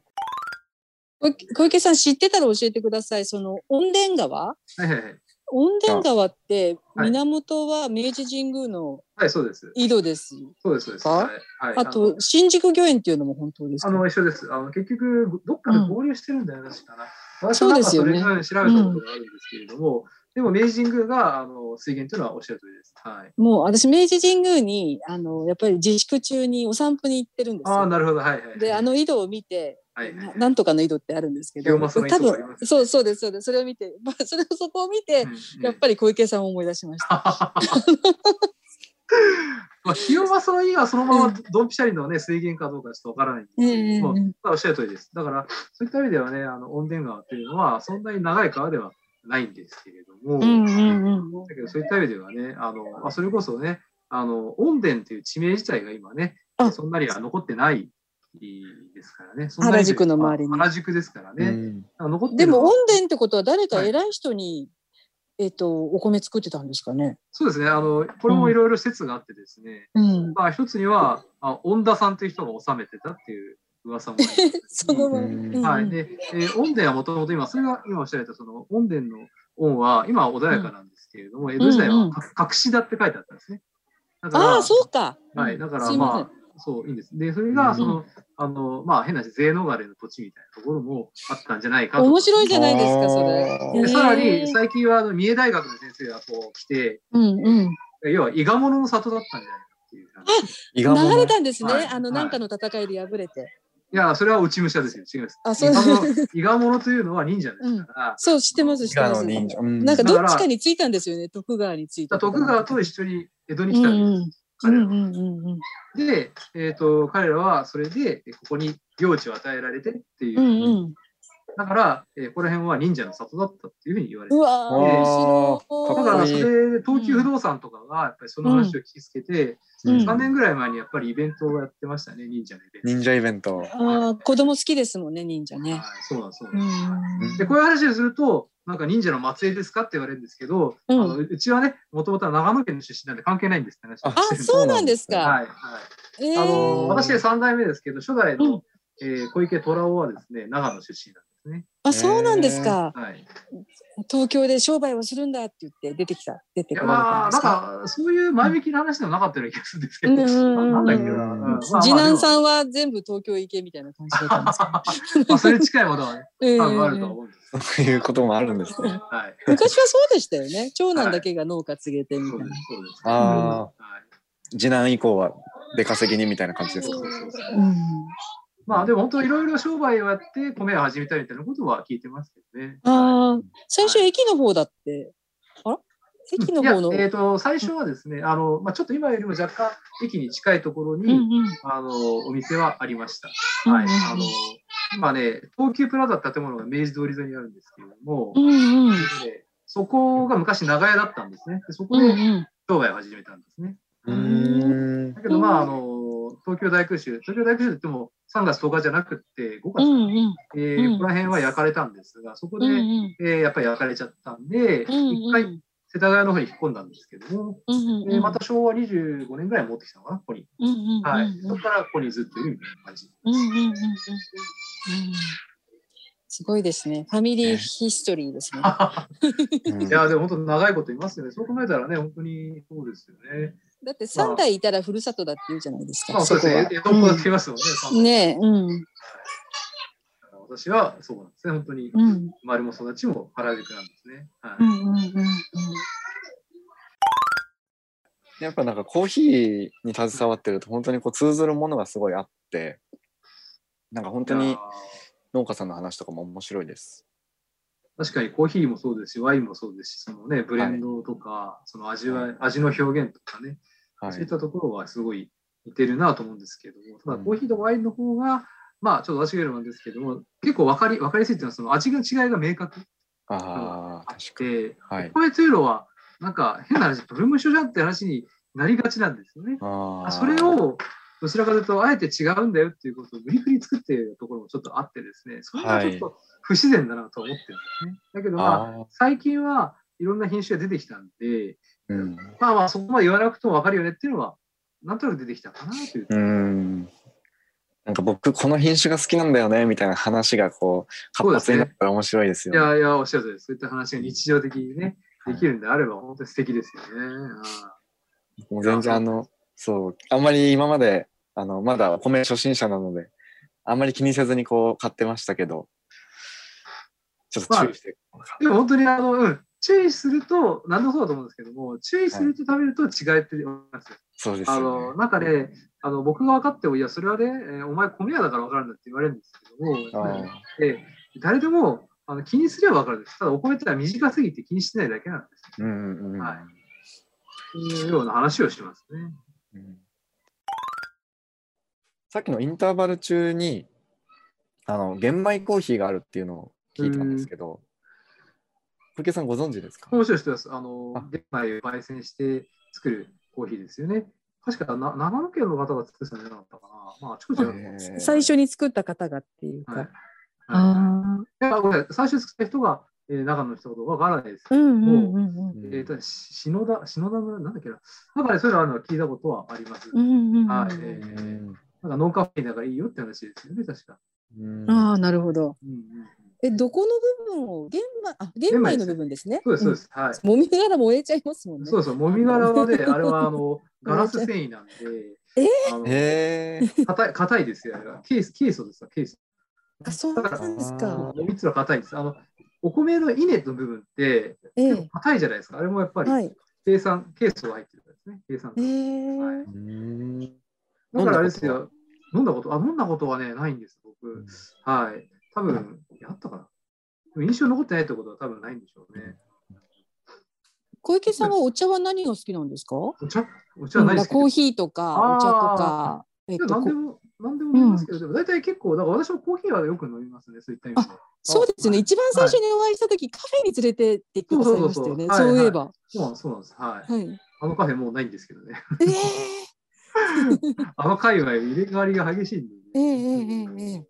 Speaker 2: 小池小池さん知ってたら教えてください。その温電川。
Speaker 3: はいはいはい。
Speaker 2: 温電川川って
Speaker 3: はい
Speaker 2: 源は明治神宮の
Speaker 3: はい、そうです。
Speaker 2: 井戸です。
Speaker 3: そうです、そうです。
Speaker 1: あ
Speaker 3: はい。は
Speaker 2: あ
Speaker 3: い
Speaker 2: と、新宿御苑っていうのも本当です
Speaker 3: あ
Speaker 2: か
Speaker 3: の、一緒です。あの、結局、どっかで合流してるんだよ、確かな。私
Speaker 2: そ
Speaker 3: も
Speaker 2: う
Speaker 3: なん
Speaker 2: で
Speaker 3: か
Speaker 2: すよ
Speaker 3: そ
Speaker 2: ね
Speaker 3: れのように調べたことがあるんですけれども、でも明治神宮が、あの、水源というのはおっしゃる通りです。はい。
Speaker 2: もう私、明治神宮に、あの、やっぱり自粛中にお散歩に行ってるんです
Speaker 3: ああ、
Speaker 2: よ。
Speaker 3: なるほど、はい、はい。
Speaker 2: で、あ、の井戸を見て、
Speaker 3: はい、
Speaker 2: な
Speaker 3: はい。
Speaker 2: なんとかの井戸ってあるんですけ
Speaker 3: 清
Speaker 2: ど、
Speaker 3: 正の井
Speaker 2: 多
Speaker 3: 戸があり
Speaker 2: 分
Speaker 3: ます、ね
Speaker 2: そう、そうです、そうです。それを見て、まあ、それをそこを見て、やっぱり小池さんを思い出しました。
Speaker 3: まあ、清正の家はそのままドンピシャリのね、水源かどうかちょっとわからないんですけれども、
Speaker 2: うんうんうん
Speaker 3: まあおっしゃる通りです。だから、そういった意味ではね、あの、温泉川というのは、そんなに長い川ではないんですけれど
Speaker 2: う
Speaker 3: も、
Speaker 2: んうん。
Speaker 3: だけど、そういった意味ではね、あの、まあ、それこそね、あの、温田という地名自体が今ね
Speaker 2: あ、
Speaker 3: そんなには残ってないですからね。そんな
Speaker 2: 原宿の周りに
Speaker 3: 原宿ですからね。だから残って
Speaker 2: で
Speaker 3: るのは
Speaker 2: も、温田ってことは誰か偉い人に、えっと、お米作ってたんですかね。
Speaker 3: そうですね。あの、これもいろいろ説があってですね、
Speaker 2: うん。
Speaker 3: まあ、一つには、あ温田さんという人が治めてたっていう噂もあります。
Speaker 2: そのまま。
Speaker 1: うん
Speaker 2: うん
Speaker 3: はい。で、えー、音殿はもともと今、それが今おっしゃられた、その、音殿の音は、今は穏やかなんですけれども、江戸時代
Speaker 2: うんうん
Speaker 3: はか隠しだって書いてあったんですね。だから
Speaker 2: ああ、そうか。
Speaker 3: はい。だか
Speaker 2: す
Speaker 3: ら、
Speaker 2: いません
Speaker 3: まあ、そう、いいんです。で、それ
Speaker 1: う
Speaker 3: が、
Speaker 1: ん
Speaker 3: その、あの、まあ、変な話、税逃れの土地みたいなところもあったんじゃないかと。
Speaker 2: 面白いじゃないですか、そ
Speaker 1: あ
Speaker 2: れ。
Speaker 1: ー
Speaker 3: で
Speaker 2: ね
Speaker 3: さらに、最近は、あの、三重大学の先生がこう来て、
Speaker 2: うんうん。
Speaker 3: 要は、伊賀者の里だったんじゃないかっていう。
Speaker 1: 意
Speaker 2: 流
Speaker 1: 外も
Speaker 2: れたんですね、
Speaker 3: はい
Speaker 2: あの、
Speaker 3: はい
Speaker 2: なんかの戦いで敗れて。
Speaker 3: いや、それは落ち武者ですよ。違います。
Speaker 2: あそう
Speaker 3: 伊賀者 伊賀者というのは忍者ですから、
Speaker 2: そう、知ってます、知っ
Speaker 1: 伊
Speaker 2: て
Speaker 1: 賀
Speaker 2: ま
Speaker 1: の
Speaker 2: す。
Speaker 1: 忍者。うん
Speaker 2: なんか
Speaker 3: だ
Speaker 2: ど
Speaker 3: から
Speaker 2: っちかについたんですよね、徳川につい
Speaker 3: だ
Speaker 2: た。
Speaker 3: から徳川と一緒に江戸に
Speaker 2: う
Speaker 3: 来
Speaker 2: ん
Speaker 3: た
Speaker 2: うんん。う
Speaker 3: ですよ
Speaker 2: ん
Speaker 3: 彼らは
Speaker 2: うんうんうん。
Speaker 3: で、えー、と彼らはそれでえここに領地を与えられてっていう、
Speaker 2: うんうん。
Speaker 3: だから、えーここら辺は忍者の里だったっていうふうに言われて
Speaker 2: う
Speaker 3: る
Speaker 2: わー、面白
Speaker 1: あ
Speaker 2: い。
Speaker 1: ー
Speaker 3: だ
Speaker 1: わ
Speaker 3: から
Speaker 1: いい
Speaker 3: それで東急不動産とかがやっぱりその話を聞きつけて、
Speaker 2: うん
Speaker 3: 3年ぐらい前にやっぱりイベントをやってましたね忍者のイベント。
Speaker 1: 忍者イベント。
Speaker 2: ああ、子供好きですもんね、忍者ね。
Speaker 3: はい、そうなんですそう
Speaker 2: う
Speaker 3: なんですはい
Speaker 2: ん
Speaker 3: でこういう話をすると、なんか忍者の末裔ですかって言われるんですけど、
Speaker 2: うん
Speaker 3: あのうちはね、もともとは長野県の出身なんで関係ないんですって話を
Speaker 1: あ
Speaker 3: して
Speaker 2: あ、
Speaker 3: るんです
Speaker 2: そうなんです か。
Speaker 3: はいはい、
Speaker 2: ええ
Speaker 3: あの
Speaker 1: ー
Speaker 3: 私で3代目ですけど、初代
Speaker 2: うん
Speaker 3: の、えー小池虎雄はですね、長野出身なんですね。
Speaker 2: あ、そうなんですか。
Speaker 3: はい、
Speaker 2: 東京で商売をするんだって言って出てきた、出て
Speaker 3: い
Speaker 2: こ
Speaker 3: や
Speaker 2: られた
Speaker 3: ま
Speaker 2: ん
Speaker 3: あ、
Speaker 2: で
Speaker 3: な
Speaker 2: す
Speaker 3: ん
Speaker 2: か。
Speaker 3: か、そういう前向きな話ではなかったような気がするんですけ
Speaker 2: う
Speaker 3: ど、
Speaker 2: んうんうん
Speaker 3: ななんだっけな、
Speaker 1: う
Speaker 3: うんんまあまあ
Speaker 2: 次男
Speaker 3: で
Speaker 2: さんは全部東京行けみたいな感じだったんです か。
Speaker 3: もまあ、それに近いものはね、
Speaker 2: え
Speaker 3: 多分あるとは
Speaker 2: え
Speaker 3: 思うんです。
Speaker 1: そういうこともあるんですね。
Speaker 3: はい。
Speaker 2: 昔はそうでしたよね。長男だけが農家継げてみ
Speaker 3: そ
Speaker 2: た
Speaker 3: う
Speaker 2: い
Speaker 3: です
Speaker 2: な。、
Speaker 3: そうです。
Speaker 1: あー
Speaker 3: はい
Speaker 1: 次男以降は出稼ぎにみたいな感じです
Speaker 3: そう
Speaker 1: か。
Speaker 3: そうそうそう
Speaker 2: うん
Speaker 3: まあ、でも本当、いろいろ商売をやって、米を始めたみたいなことは聞いてますけどね。
Speaker 2: ああ、最初駅の方だって。あら駅の方の。う
Speaker 3: い
Speaker 2: ん
Speaker 3: やえー、と最初はですね、あのまあ、ちょっと今よりも若干駅に近いところに、
Speaker 2: うん
Speaker 3: あのお店はありました。
Speaker 2: うん
Speaker 3: はい、あの今ね、東急プラザって建物が明治通り沿いにあるんですけれども、
Speaker 2: うんうん
Speaker 3: でそこが昔長屋だったんですね。でそこ
Speaker 2: うんう
Speaker 3: で
Speaker 2: ん
Speaker 3: 商売を始めたんですね。
Speaker 1: うーん。
Speaker 3: だけど、まあ、
Speaker 2: う
Speaker 3: あの東京大空襲、東京大空襲って言っても3月10日じゃなくって5
Speaker 2: う
Speaker 3: 月、
Speaker 2: んうん
Speaker 3: え
Speaker 2: う
Speaker 3: ー
Speaker 2: ん
Speaker 3: ここら辺は焼かれたんですが、そこで、
Speaker 2: うん
Speaker 3: えーやっぱり焼かれちゃったんで、一、
Speaker 2: うん
Speaker 3: 回世田谷の方に引っ込んだんですけども、
Speaker 2: うん
Speaker 3: えーまた昭和25年ぐらいに持ってきたのかな、ここに。
Speaker 2: うんうんうん
Speaker 3: はい。
Speaker 2: うん
Speaker 3: そこからここにずっといるみたいな感じ。
Speaker 2: うんうんうんうんうんすごいですね。ファミリーヒストリーですね。
Speaker 3: いや、でも本当長いこといますよね。そう考えたらね、本当にそうですよね。
Speaker 2: だって3代いたらふるさとだって言うじゃないです
Speaker 3: ま
Speaker 2: か。
Speaker 3: あそう
Speaker 2: そ
Speaker 3: で
Speaker 2: こ
Speaker 3: す
Speaker 2: は
Speaker 3: ね。江戸っ子だって言いますもんね。三代
Speaker 2: ねえ、うん。
Speaker 3: 私はそうなんですね。本当に、
Speaker 2: うん。
Speaker 3: 生まれも育ちも原宿なんですね。は
Speaker 2: う
Speaker 3: い。
Speaker 2: んうんうんうん。
Speaker 1: やっぱなんかコーヒーに携わってると本当にこう通ずるものがすごいあってなんか本当
Speaker 3: いや
Speaker 1: に
Speaker 3: ー
Speaker 1: 農家さんの話とかも面白いです。
Speaker 3: 確かにコーヒーもそうですし、ワインもそうですし、そのね、ブレンドとか、その味わい、味の表現とかね、
Speaker 1: は
Speaker 3: そういっ
Speaker 1: い、
Speaker 3: たところはすごい似てるなと思うんですけども、ただ
Speaker 1: うん
Speaker 3: コーヒーとワインの方が、まあちょっと私が言うのもなんですけども、結構分かり、分かりやすいっていうのは、その味の違いが明確
Speaker 1: ああ
Speaker 3: あっ
Speaker 1: 確かに。
Speaker 3: て、
Speaker 1: はい
Speaker 3: これというのは、なんか変な話、ブルーム症じゃんって話になりがちなんですよね。
Speaker 1: あー
Speaker 3: それを、どちらかというと、あえて違うんだよっていうことを無理くり作っているところもちょっとあってですね、それがちょっと不自然だなとは思ってるんですね。だけどまあ、
Speaker 1: あー、
Speaker 3: 最近はいろんな品種が出てきたんで、
Speaker 1: うん、
Speaker 3: まあまあ、そこまで言わなくても分かるよねっていうのは、なんとなく出てきたかなという。
Speaker 1: うんなんか僕この品種が好きなんだよねみたいな話がこう活
Speaker 3: そうです
Speaker 1: 発
Speaker 3: ね
Speaker 1: になったら面白いです
Speaker 3: い
Speaker 1: よね。
Speaker 3: やいや、おっしゃるとおりです。そういった話が日常的にね、できるんであれば、本当に素敵ですよね。
Speaker 1: もう全然あの、そう、あんまり今まで、あの、まだ米初心者なので、あんまり気にせずにこう買ってましたけど、ちょっと注意して。
Speaker 3: うんでも本当にあの、うん、注意すると、何でもそうだと思うんですけども、注意すると食べると違いって思いますよ。
Speaker 1: そうです
Speaker 3: あ
Speaker 1: よ
Speaker 3: の、
Speaker 1: ね。
Speaker 3: なんかね、あの、僕が分かっても、いや、それはね、えーお前米屋だから分かるんだって言われるんですけど
Speaker 1: う
Speaker 3: も、
Speaker 1: ん
Speaker 3: で誰でもあの気にすれば分かるんです。ただお米ってのは短すぎて気にしてないだけなんです。
Speaker 1: うんうんうん。
Speaker 3: はい。そういうような話をしてますね。
Speaker 1: うんさっきのインターバル中に、あの、玄米コーヒーがあるっていうのを聞いたんですけど、小池さんご存知ですか
Speaker 3: 面白い人です。あの
Speaker 1: あ、
Speaker 3: 玄米を焙煎して作るコーヒーですよね。確かな長野県の方が作ってたんじゃなかったかな。まあ、あちこち
Speaker 1: へ
Speaker 3: ある
Speaker 1: ー
Speaker 4: 最初に作った方がっていうか。
Speaker 3: はいはい
Speaker 4: あ
Speaker 3: いやごめんなさい最初作った人が、えー長野の人かどうかわからないです。
Speaker 4: あ、うんうんうんうん。
Speaker 1: うん
Speaker 3: えーと、し篠田、篠田村、なんだっけな。なんかね、そういうのあるのは聞いたことはあります。
Speaker 4: うんうんうん
Speaker 3: はい。え
Speaker 1: う
Speaker 3: ー
Speaker 1: ん
Speaker 3: なんかノンカフェインだからいいよって話ですよね、確か。
Speaker 1: うん
Speaker 4: ああ、なるほど。
Speaker 3: うんうんうん、
Speaker 4: え、どこの部分を、玄米、あ、玄米の部分ですね。
Speaker 3: そうです、そうです。はい。
Speaker 4: うん。揉み殻燃えちゃいますもんね。
Speaker 3: そうそう、もみ殻は ね、あれはあのガラス繊維なんで、あの
Speaker 1: へ え。
Speaker 3: 硬い硬いですよ、あれは。ケース、ケイ素ですわ、ケイ素。
Speaker 4: あ、そうなんです
Speaker 1: あ
Speaker 4: か。
Speaker 3: お蜜は硬いんです。あの、お米の稲の部分って、
Speaker 4: え
Speaker 3: 結構
Speaker 4: え。
Speaker 3: 硬いじゃないですか。あれもやっぱり、
Speaker 4: はい。
Speaker 3: 計算、ケイ素が入ってるからですね、計算
Speaker 4: え
Speaker 3: が。
Speaker 4: え。
Speaker 1: うん
Speaker 3: だからあれですよ、飲んだこと、あ、飲んだことはね、ないんです、僕。はい。多分、やったかな。でも印象に残ってないってことは多分ないんでしょうね。
Speaker 4: 小池さんはお茶は何が好きなんですか。
Speaker 3: お茶お茶はないですけど
Speaker 4: コー。ヒーとか、お茶とか。えっ
Speaker 3: いや
Speaker 4: と、
Speaker 3: 何で
Speaker 4: こ
Speaker 3: も、何でも飲みますけど、でも大体結構、だから私もコーヒーはよく飲みますね、そういった意味では。
Speaker 4: そうですよね。一番最初にお会いした時、カフェに連れてってくださいましたよね。
Speaker 3: そうそうそう
Speaker 4: そういえば。
Speaker 3: そうなんですそうなんです。はい。
Speaker 4: はい。
Speaker 3: あのカフェもうないんですけどね。
Speaker 4: ええ。
Speaker 3: あの界隈入れ替わりが激しいんで、ね。
Speaker 4: ええええええ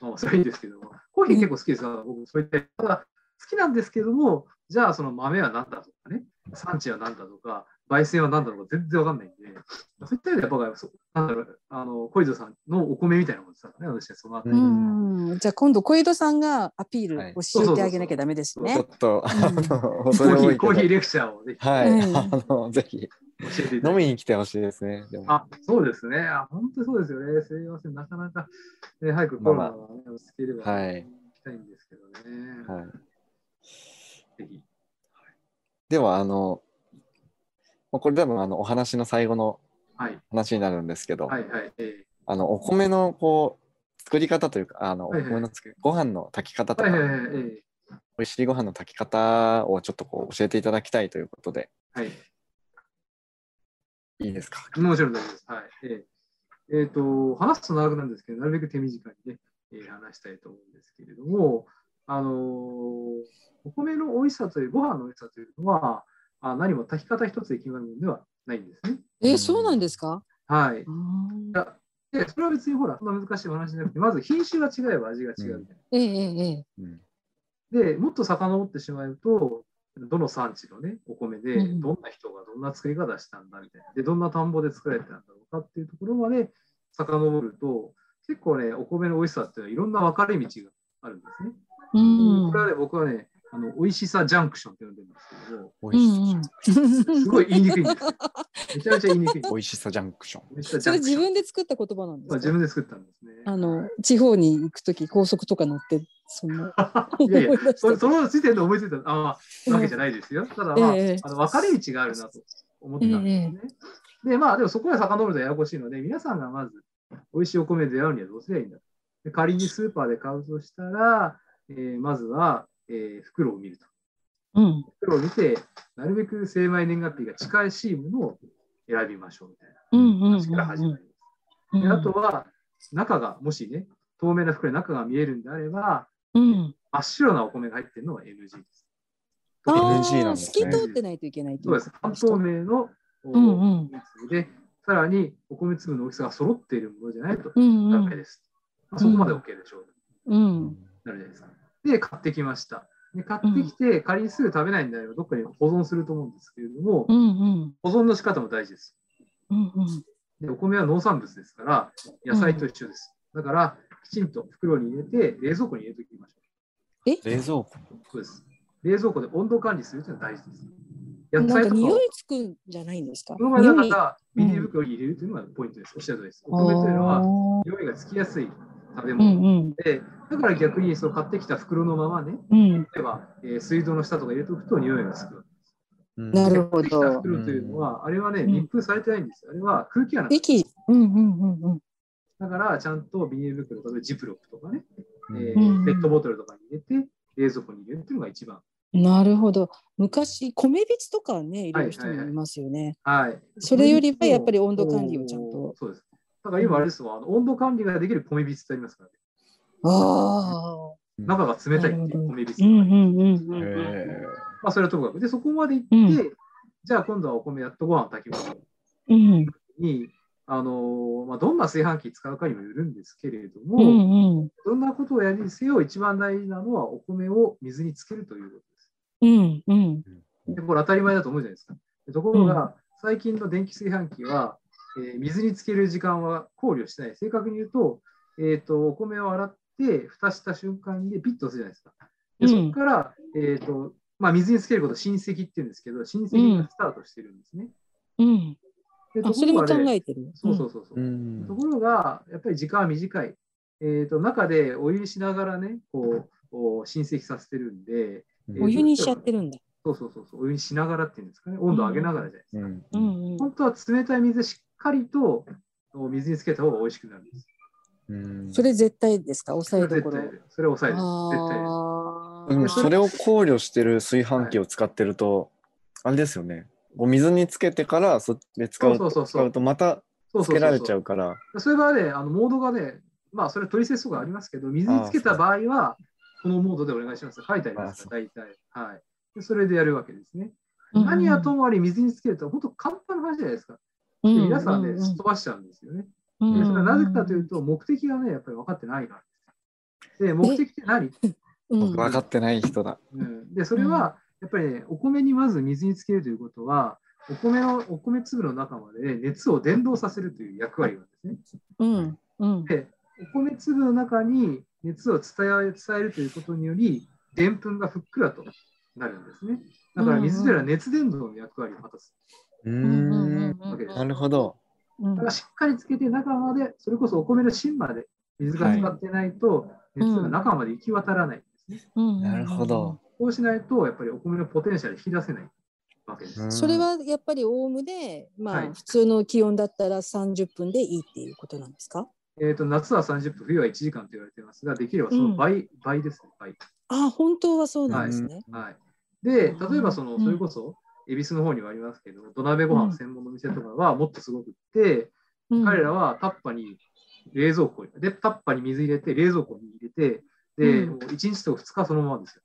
Speaker 3: まあ、それはいいんですけども。コーヒー結構好きですから、僕、そういった。ただ、好きなんですけども、じゃあその豆は何だとかね、産地は何だとか、焙煎は何だとか全然わかんないんで、そういった意味ではやっぱそう、なんだろう、あの、小泉さんのお米みたいなもんですからね、私はその後、
Speaker 1: う
Speaker 4: うんん。じゃあ、今度小江戸さんがアピールを
Speaker 3: はい
Speaker 4: 教えてあげなきゃダめです
Speaker 1: ちょ
Speaker 4: ね。
Speaker 1: っと、あの、 恐
Speaker 3: コ
Speaker 1: れ
Speaker 3: ーヒ
Speaker 1: 多い
Speaker 3: ー、
Speaker 1: け
Speaker 3: コ
Speaker 1: ど
Speaker 3: ーヒーレクチャーをぜひ
Speaker 1: はい、
Speaker 4: うん
Speaker 1: あの、ぜひ、
Speaker 3: 教えていた
Speaker 1: 飲
Speaker 3: だき
Speaker 1: みに来てほしいですね。でも
Speaker 3: あ、そうですね。あ、本当そうですよね。すいません。なかなか、えー早くコロナが、ね、落ち着ければ、
Speaker 1: はい
Speaker 3: 行きたいんですけどね。
Speaker 1: はい、
Speaker 3: ぜひ。
Speaker 1: では、あの、まあこれ多分あのお話の最後の
Speaker 3: はい。
Speaker 1: 話になるんですけど、
Speaker 3: はいはい。え
Speaker 1: あのお米のこう作り方というかあのお
Speaker 3: はいはい
Speaker 1: 米の作りご飯の炊き方
Speaker 3: ー
Speaker 1: と
Speaker 3: は
Speaker 1: か、
Speaker 3: い
Speaker 1: 美
Speaker 3: はい
Speaker 1: 味
Speaker 3: はいはい。え
Speaker 1: しいご飯の炊き方をちょっとこう教えていただきたいということで
Speaker 3: ーはい。
Speaker 1: いいですか
Speaker 3: もちろん大丈夫です。はい。えーえーと、話すと長くなるんですけど、なるべく手短にね、えー話したいと思うんですけれども、あのーお米の美味しさという、ご飯の美味しさというのは、あ何も炊き方一つで決まるものではないんですね。
Speaker 4: え、そうなんですか。
Speaker 3: はい。
Speaker 4: あー
Speaker 3: で、それは別にほら、そんな難しい話じゃなくて、まず品種が違えば味が違うみたい
Speaker 4: ええ、ええ、え
Speaker 1: うん
Speaker 3: な。で、もっと遡ってしまうと、どの産地のね、お米で、
Speaker 4: うん
Speaker 3: どんな人がどんな作り方したんだみたいな、で、どんな田んぼで作られてたんだろうかっていうところまで遡ると、結構ね、お米の美味しさっていうのはいろんな分かれ道があるんですね。
Speaker 4: え。うん
Speaker 3: これ。はね、僕はね、あの美味しさジャンクションって呼んでるんですけども、
Speaker 1: 美
Speaker 4: う
Speaker 1: 味しさ
Speaker 4: ん
Speaker 1: ジ
Speaker 4: う
Speaker 1: ャン
Speaker 4: ん。
Speaker 3: すごい言いにくいんですよ。めちゃめちゃ言いにくい。
Speaker 1: 美味しさジャンクション
Speaker 3: 美味しさジ
Speaker 4: そ
Speaker 3: ャ
Speaker 4: れ
Speaker 3: ンクシ
Speaker 4: 自
Speaker 3: ョン。
Speaker 4: 分で作った言葉なんで
Speaker 3: まあ
Speaker 4: す
Speaker 3: 自
Speaker 4: か。
Speaker 3: 分で作ったんですね。
Speaker 4: あの、地方に行く時、高速とか乗って、そんな。
Speaker 3: いやいや
Speaker 4: 思い出した
Speaker 3: そその時点で思いついたああわけじゃないですよ。ただ、まあ
Speaker 4: ええ
Speaker 3: あの分かれ道があるなと思ったんですね。で、まあ、でもそこへ遡るとややこしいので、皆さんがまず美味しいお米で出会うにはどうすればいいんだで仮にスーパーで買うとしたら、えーまずは、えー袋を見ると。
Speaker 4: うん。
Speaker 3: 袋を見て、なるべく精米年月日が近いしいものを選びましょうみたい
Speaker 4: うんうん
Speaker 3: な
Speaker 4: うん
Speaker 3: 話から始まります。
Speaker 4: う
Speaker 3: で
Speaker 4: ん。
Speaker 3: あとは、中が、もしね、透明な袋で中が見えるんであれば、
Speaker 4: うん。
Speaker 3: 真っ白なお米が入ってるのは NG です。
Speaker 4: ああ
Speaker 1: NG なんですね
Speaker 4: 透き通ってないといけないと
Speaker 3: そう
Speaker 4: い
Speaker 3: です。半透明のお
Speaker 4: うんうん
Speaker 3: 米粒で、さらにお米粒の大きさが揃っているものじゃないと
Speaker 4: うんう
Speaker 3: ダ
Speaker 4: ん
Speaker 3: メです。まあそこまで OK でしょう。
Speaker 4: うん
Speaker 3: なるじゃないですか。で、買ってきました。で買ってきて、仮にすぐ食べないんであれば、どっかに保存すると思うんですけれども
Speaker 4: う、んうん
Speaker 3: 保存の仕方も大事です。
Speaker 4: うんうん
Speaker 3: でお米は農産物ですから、野菜と一緒です。だから、きちんと袋に入れて、冷蔵庫に入れておきましょ
Speaker 4: え
Speaker 1: 冷蔵庫
Speaker 3: う。そうです。冷蔵庫で温度管理するっていうのは大事です。
Speaker 2: なん
Speaker 3: 野
Speaker 2: か
Speaker 3: 菜とか
Speaker 2: 匂
Speaker 3: を
Speaker 2: いつくんじゃないんですか。
Speaker 3: その場合だか
Speaker 2: 匂い
Speaker 3: らビニール袋に入れるというのがポイントです。おっしゃるとおりです。お米というのは
Speaker 2: あ
Speaker 3: 匂いがつきやすい食べ
Speaker 2: ーう
Speaker 3: 物
Speaker 2: ん
Speaker 3: で、だから逆にその買ってきた袋のままね、
Speaker 2: うんうん。
Speaker 3: 例えば、えー水道の下とか入れておくと匂いがつく。
Speaker 2: なる
Speaker 3: 買
Speaker 2: ほ
Speaker 3: ってきた
Speaker 2: ど。
Speaker 3: 袋というのは、あれはね、
Speaker 2: うん
Speaker 3: 密封されてないんですよ。あれは空気穴です。
Speaker 2: 息。うんうんうんうん。
Speaker 3: だから、ちゃんとビニール袋、例えばジップロックとかね、えー
Speaker 2: うん
Speaker 3: ペットボトルとかに入れて、冷蔵庫に入れるっていうのが一番。
Speaker 2: なるほど。昔、米びつとかね、入れる人もいますよね。
Speaker 3: はい。
Speaker 2: それよりはやっぱり温度管理をちゃんと。
Speaker 3: そうです。だから今あれですわ、あの温度管理ができる米びつってありますからね。
Speaker 2: ああ。
Speaker 3: 中が冷たいっていう米びつ
Speaker 2: う
Speaker 3: がある。
Speaker 2: んうんうんうんうん。
Speaker 1: え
Speaker 3: まあ、それはともかく。で、そこまで行って、じゃあ今度はお米やっとご飯炊きます
Speaker 2: うん
Speaker 3: に、あのーまあ、どんな炊飯器使うかにもよるんですけれども、
Speaker 2: うんうん
Speaker 3: どんなことをやりにせよ、一番大事なのはお米を水につけるということです。
Speaker 2: うんうん
Speaker 3: でこれ当たり前だと思うじゃないですか。でところが、最近の電気炊飯器は、えー水につける時間は考慮してない。正確に言うと、えっ、と、お米を洗って、蓋した瞬間にピッと押すじゃないですか。でそこから、えっ、と、まあ、水につけることを浸石っていうんですけど、浸石がスタートしてるんですね。
Speaker 2: うん。
Speaker 3: で
Speaker 2: あ、
Speaker 3: と
Speaker 2: そ
Speaker 3: こ
Speaker 2: れ
Speaker 3: ろ
Speaker 2: も
Speaker 3: が
Speaker 2: 考
Speaker 3: ね
Speaker 2: えてる。。
Speaker 3: そうそううそうそう。
Speaker 1: うん
Speaker 3: ところが、やっぱり時間は短い。えー、と中でお湯にしながらね、こう、お浸積させてるんで、えー
Speaker 2: お湯にしちゃってるんだ。
Speaker 3: そうそうそうそう、お湯にしながらっていうんですかね、温度を上げながらじゃないですか。
Speaker 1: うん
Speaker 2: う。んうん。
Speaker 3: 本当は冷たい水でしっかりとお水につけた方が美味しくなるんです。
Speaker 1: うん
Speaker 2: それ絶対ですか、抑えどこ
Speaker 3: 絶
Speaker 2: ろ
Speaker 3: 対。それは抑えです。絶対です。
Speaker 2: あ
Speaker 1: でもそ
Speaker 2: あ。
Speaker 1: れを考慮してる炊飯器を使ってると、あれですよね。お水につけてからそっちで使う
Speaker 3: そうそうそうそう
Speaker 1: 使うとまた
Speaker 3: そう
Speaker 1: つ
Speaker 3: そう
Speaker 1: けら
Speaker 3: そ
Speaker 1: れ
Speaker 3: う
Speaker 1: ちゃ
Speaker 3: そう
Speaker 1: から。
Speaker 3: う。それはね、あのモードがね、まあ、それは取説とかありますけど、水につけた場合は、このモードでお願いします。書いてありますから、大体。はいで。それでやるわけですね。何はともあれ水につけると本当簡単な話じゃないですか。
Speaker 2: う
Speaker 3: で
Speaker 2: ん、
Speaker 3: 皆さんね、すっ飛ばしちゃうんですよね。でそれはなぜかというと、目的がね、やっぱり分かってないからです。で、目的って何、
Speaker 2: うん、
Speaker 1: 僕分かってない人だ。
Speaker 3: うん、で、それはやっぱりね、お米にまず水につけるということは、お米の、お米粒の中までね、熱を伝導させるという役割なんですね。
Speaker 2: うん、うん、
Speaker 3: で、お米粒の中に熱を伝え伝えるということにより、でんぷんがふっくらとなるんですね。だから水というのは熱伝導の役割を果たす
Speaker 1: う。
Speaker 2: うん、うん
Speaker 3: わけです。
Speaker 1: なるほど。
Speaker 2: ん
Speaker 3: だからしっかりつけて中まで、それこそお米の芯まで水が使ってないと、熱が中まで行き渡らないんですね。
Speaker 2: うん。
Speaker 1: なるほど。。
Speaker 3: こうしないと、やっぱりお米のポテンシャル引き出せないわけです。
Speaker 1: うん
Speaker 2: それはやっぱりおおむね、ま
Speaker 3: はい
Speaker 2: あ、普通の気温だったら30分でいいっていうことなんですか。
Speaker 3: えー、と夏は30分、冬は1時間と言われていますが、できればその倍,、倍ですね、倍。
Speaker 2: あ、本当はそうなんですね。
Speaker 3: はい、で、例えばその、
Speaker 2: うん
Speaker 3: それこそ、恵比寿の方にはありますけど、土鍋ご飯専門の店とかはもっとすごくって、
Speaker 2: うん
Speaker 3: 彼らはタッパに冷蔵庫に、で、タッパに水入れて、冷蔵庫に入れて、で、
Speaker 2: うん
Speaker 3: もう1日とか2日そのままですよ。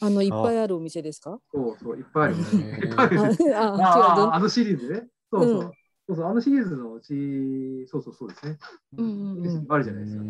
Speaker 2: あのいっぱいあるお店ですか。
Speaker 3: そうそう、いっぱいある。いっぱ
Speaker 2: あ、
Speaker 3: いある。
Speaker 2: あ、違う
Speaker 3: あああ
Speaker 2: ど
Speaker 3: のシリーズね。そうそう。
Speaker 2: うん
Speaker 3: そうそうあのシリーズのうち、そうそうそうですね。
Speaker 2: うんうんうん
Speaker 3: あるじゃないですか。
Speaker 2: う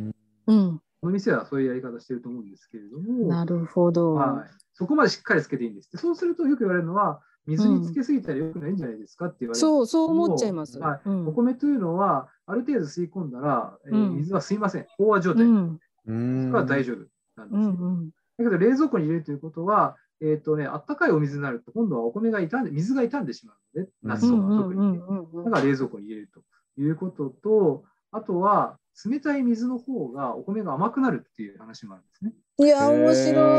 Speaker 2: ん、
Speaker 3: この店はそういうやり方してると思うんですけれども、
Speaker 2: なるほど。
Speaker 3: はい、そこまでしっかりつけていいんです。でそうするとよく言われるのは、水につけすぎたらよくないんじゃないですかって言われる。
Speaker 2: そう、そう思っちゃいます。
Speaker 3: は
Speaker 2: うん
Speaker 3: お米というのは、ある程度吸い込んだら、えー
Speaker 2: うん
Speaker 3: 水は吸いません。飽和状
Speaker 2: う
Speaker 3: 態が
Speaker 2: ん、
Speaker 1: うん
Speaker 3: 大丈夫なんです
Speaker 2: う
Speaker 3: よ。
Speaker 2: ん、うん、
Speaker 3: だけど冷蔵庫に入れるということは、えっ、とね、あったかいお水になると、今度はお米が傷んで、水が傷んでしまうので、
Speaker 1: うん
Speaker 3: 夏
Speaker 2: う
Speaker 3: と
Speaker 2: ん、
Speaker 3: か
Speaker 2: う
Speaker 3: は
Speaker 2: ん
Speaker 3: 特
Speaker 2: う
Speaker 3: に、
Speaker 2: ん、うんう
Speaker 3: だ
Speaker 2: ん。
Speaker 3: から冷蔵庫に入れるということと、あとは冷たい水の方がお米が甘くなるっていう話もあるんですね。
Speaker 2: いや、面
Speaker 3: は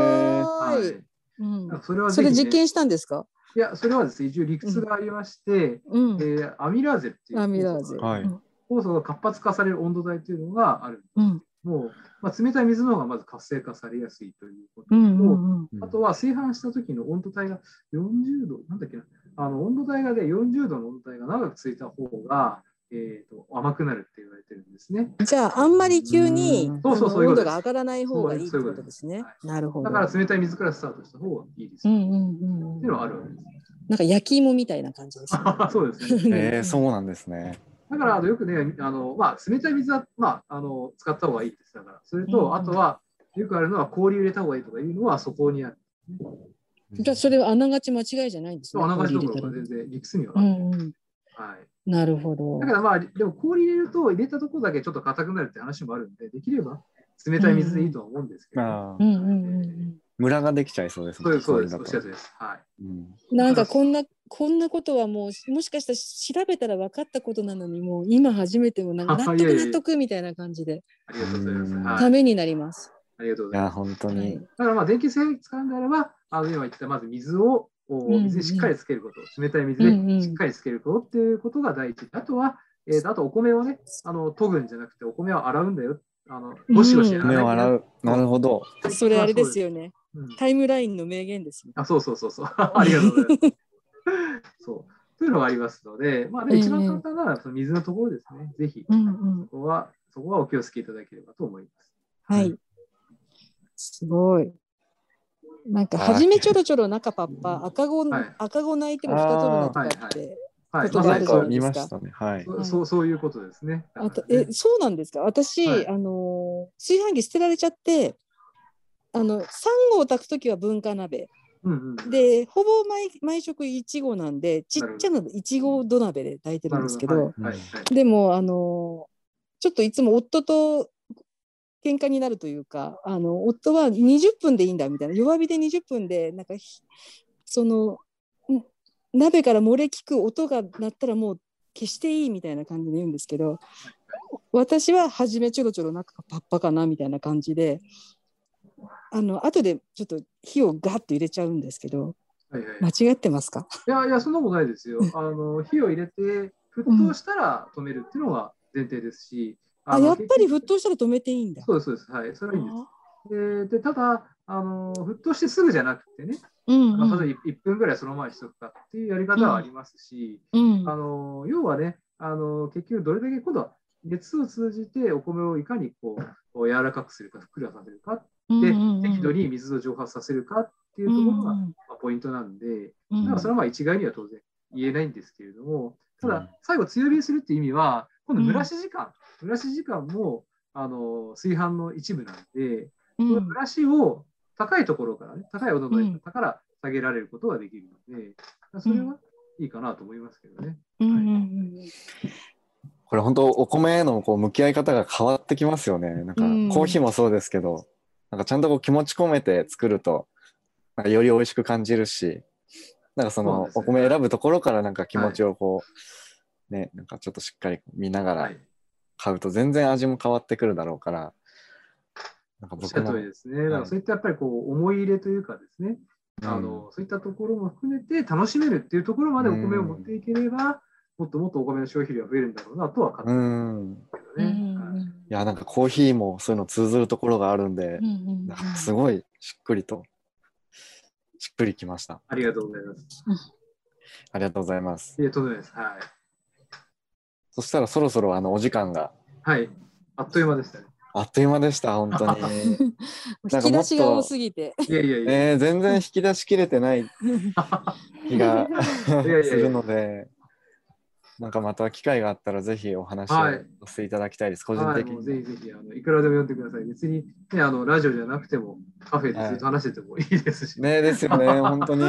Speaker 2: 白い。
Speaker 3: い。
Speaker 2: うん
Speaker 3: だからそれは
Speaker 2: そ
Speaker 3: ぜひ
Speaker 2: れ
Speaker 3: ね、
Speaker 2: 実験したんですか。
Speaker 3: いや、それはですね、一応理屈がありまして、
Speaker 2: うん
Speaker 3: え、ーアミラーゼっていう
Speaker 2: アミラーゼ。
Speaker 1: はい
Speaker 2: うん
Speaker 3: 酵素が活発化される温度帯というのがある。
Speaker 2: うん、
Speaker 3: もう、まあ、冷たい水の方がまず活性化されやすいということと、
Speaker 2: うん、うん、
Speaker 3: あとは炊飯した時の温度帯が40度、なんだっけな、あの温度帯がね、40度の温度帯が長くついた方が、えー、と甘くなるって言われてるんですね。
Speaker 2: うん。じゃあ、あんまり急に
Speaker 1: うん
Speaker 3: そうそう
Speaker 2: あの
Speaker 3: そういうこ
Speaker 2: 温度
Speaker 3: とです
Speaker 2: が上がらない方がいいってことです
Speaker 3: そう
Speaker 2: ね
Speaker 3: いうことで。
Speaker 2: なるほど。
Speaker 3: だから冷たい水からスタートした方がいいです
Speaker 2: う
Speaker 3: よ。
Speaker 2: んうん
Speaker 3: っ
Speaker 2: う。
Speaker 3: ていうんのはあるわけです。
Speaker 2: なんか焼き芋みたいな感じですね。
Speaker 3: そうです ね。
Speaker 1: えー、そうなんですね。
Speaker 3: だからあのよくね、あのまあ、冷たい水は、まあ、あの使った方がいいです。だからそれ
Speaker 2: うんう
Speaker 3: と、
Speaker 2: ん
Speaker 3: あとはよくあるのは氷入れた方がいいとかいうのはそこにある。
Speaker 2: じゃあそれはあながち間違いじゃないんです
Speaker 3: そうあながちどこ
Speaker 2: 氷
Speaker 3: ろか
Speaker 2: 入れ
Speaker 3: 全然理屈には
Speaker 2: たら
Speaker 3: なる、
Speaker 2: うんうん。
Speaker 3: はい。
Speaker 2: なるほど
Speaker 3: だ。からまあ、でも氷入れると入れたところだけちょっと硬くなるって話もあるんで、できれば冷たい水でいいとは思うんですけど、
Speaker 1: あ
Speaker 2: うん
Speaker 1: ー
Speaker 2: うんうんうん。
Speaker 1: ムラができちゃいそうです
Speaker 3: そうです、そうです。おっしゃ
Speaker 1: す。
Speaker 3: るとりです。はい。
Speaker 1: うん
Speaker 2: なんかこんな、こんなことはもう、もしかしたら調べたら分かったことなのに、もう今初めてもなんか納
Speaker 3: い
Speaker 2: 得
Speaker 3: やいやいや
Speaker 2: 納得みたいな感じで、
Speaker 3: ありがとうございます。
Speaker 1: うん
Speaker 3: はい
Speaker 2: た。めになります。
Speaker 3: ありがとうご
Speaker 1: い
Speaker 3: ざいます。
Speaker 1: や、本当
Speaker 2: は
Speaker 1: に
Speaker 2: い。。
Speaker 3: だからまあ電気製品使うんであれば、あの今言ったまず水を、お
Speaker 2: うんうん
Speaker 3: 水にしっかりつけること、冷たい水
Speaker 2: うんう
Speaker 3: で
Speaker 2: ん
Speaker 3: しっかりつけることっていうことが第一。あとは、えーとあとお米をね、あの研ぐんじゃなくてお米を洗うんだよ。あのゴシゴシやらない
Speaker 1: 目
Speaker 3: と
Speaker 1: を洗う。なるほど。
Speaker 2: それあれですよね。
Speaker 3: うん
Speaker 2: タイムラインの名言ですね。
Speaker 3: あ、そうそうそうそう。 ありがとうございます。そう。というのがありますので、まあね、
Speaker 2: ええ
Speaker 3: 一番簡単なのはその水のところですね。ぜひ、
Speaker 2: うんうん。
Speaker 3: そこは、そこはお気をつけいただければと思います。
Speaker 2: はい。すごい。なんか、初めちょろちょろ中パッパ、赤子、
Speaker 3: はい
Speaker 2: 赤子泣いても蓋取るなとか
Speaker 3: あー
Speaker 2: っ
Speaker 3: はい
Speaker 2: て。
Speaker 3: はい。
Speaker 2: ちょ
Speaker 3: ま
Speaker 2: っと
Speaker 3: さ
Speaker 1: なん
Speaker 3: に
Speaker 2: 待って
Speaker 3: そ
Speaker 1: か
Speaker 3: う
Speaker 2: くだ
Speaker 1: 見まし
Speaker 2: さい
Speaker 1: たね。はい。
Speaker 3: そうそうそういうことですね。
Speaker 2: あと、え、そうなんですか私、
Speaker 3: はい
Speaker 2: あのー、炊飯器捨てられちゃって、あの、3合炊くときは文化鍋。
Speaker 3: うんうん、なる
Speaker 2: で、ほぼ毎毎食いちごなんで、ちっちゃなのいちご土鍋で炊いてるんですけど、
Speaker 3: ほどはいはいはい
Speaker 2: でも、あのー、ちょっといつも夫と喧嘩になるというか、あの、夫は20分でいいんだみたいな、弱火で20分で、なんかひ、その、ん鍋から漏れ聞く音が鳴ったらもう消していいみたいな感じで言うんですけど、私は初めちょろちょろなんかパッパかなみたいな感じで、あの、後でちょっと火をガッと入れちゃうんですけど、
Speaker 3: はいはい
Speaker 2: 間違ってますか
Speaker 3: いやいや、そんなことないですよ。あの火を入れて、沸騰したら止めるっていうのが前提ですし、
Speaker 2: あ、
Speaker 3: の
Speaker 2: やっぱり沸騰したら止めていいんだ。
Speaker 3: そうです、そうです。はい、それはいいです。ででただあの、沸騰してすぐじゃなくてね、
Speaker 2: うん、
Speaker 3: まあ、
Speaker 2: う
Speaker 3: 例
Speaker 2: ん。
Speaker 3: えば1分ぐらいその前にしとくかっていうやり方はありますし、
Speaker 2: うん
Speaker 3: あの要はねあの、結局どれだけ今度は熱を通じてお米をいかにこうこう柔らかくするか、ふっくらさせるか、
Speaker 2: うん
Speaker 3: で、
Speaker 2: うんうん
Speaker 3: 適度に水を蒸発させるかっていうところが、まあ、ポイントなんで、
Speaker 2: うん
Speaker 3: だからそれはまあ一概には当然言えないんですけれども、た
Speaker 1: うん
Speaker 3: だ最後強火にするっていう意味は、今度蒸らし時間、蒸らし時間もあの炊飯の一部なんで、
Speaker 2: う
Speaker 3: この
Speaker 2: ん
Speaker 3: 蒸らしを高いところからね、高い温度
Speaker 2: う
Speaker 3: の
Speaker 2: ん
Speaker 3: 高から下げられることができるので、それはいいかなと思いますけどね。
Speaker 2: うんうんうん
Speaker 1: これ本当お米へのこう向き合い方が変わってきますよね。なんか
Speaker 2: うん
Speaker 1: コーヒーもそうですけど、なんかちゃんとこう気持ち込めて作ると、なんかより美味しく感じるし、なんかそ
Speaker 3: そう
Speaker 1: の
Speaker 3: です
Speaker 1: お
Speaker 3: ね
Speaker 1: 米選ぶところからなんか気持ちをこう、ね、なんかちょっとしっかり見なが
Speaker 3: は
Speaker 1: ら
Speaker 3: い、
Speaker 1: 買うと全然味も変わってくるだろうから、なんか
Speaker 3: おっし
Speaker 1: 僕も
Speaker 3: ゃる通りですね。だからそういったやっぱりこう思い入れというかですね、あのそういったところも含めて楽しめるっていうところまでお米を持っていければ、もっともっとお米の消費量が増えるんだろうなとは勝手
Speaker 1: う
Speaker 3: に
Speaker 1: ん。うん
Speaker 3: 思う
Speaker 2: う
Speaker 3: けどね。はい
Speaker 2: ん
Speaker 1: いや、なんかコーヒーもそういうの通ずるところがあるんで、
Speaker 2: うん
Speaker 1: なんかすごいしっくりと、しっくりきました。
Speaker 3: ありがとうございます。
Speaker 1: ありがとうございます。
Speaker 3: ええとんでもないです。は
Speaker 1: そしたらそろそろあのお時間が
Speaker 3: い。はい。あっという間でしたね。
Speaker 1: あっという間でした、本当 に。
Speaker 2: 引き出しが多すぎて。
Speaker 3: いやいやいや。
Speaker 1: えー、全然引き出しきれてない気が
Speaker 3: いやいや
Speaker 1: するので、なんかまた機会があったらぜひお話を
Speaker 3: はい
Speaker 1: させていただきたいです、個人
Speaker 3: はい、
Speaker 1: 的
Speaker 3: もう
Speaker 1: に。
Speaker 3: ぜひぜひあの、いくらでも読んでください。別に、ね、あのラジオじゃなくても、カフェでずっと話しててもいいですし、
Speaker 1: ねですよね、本 当に。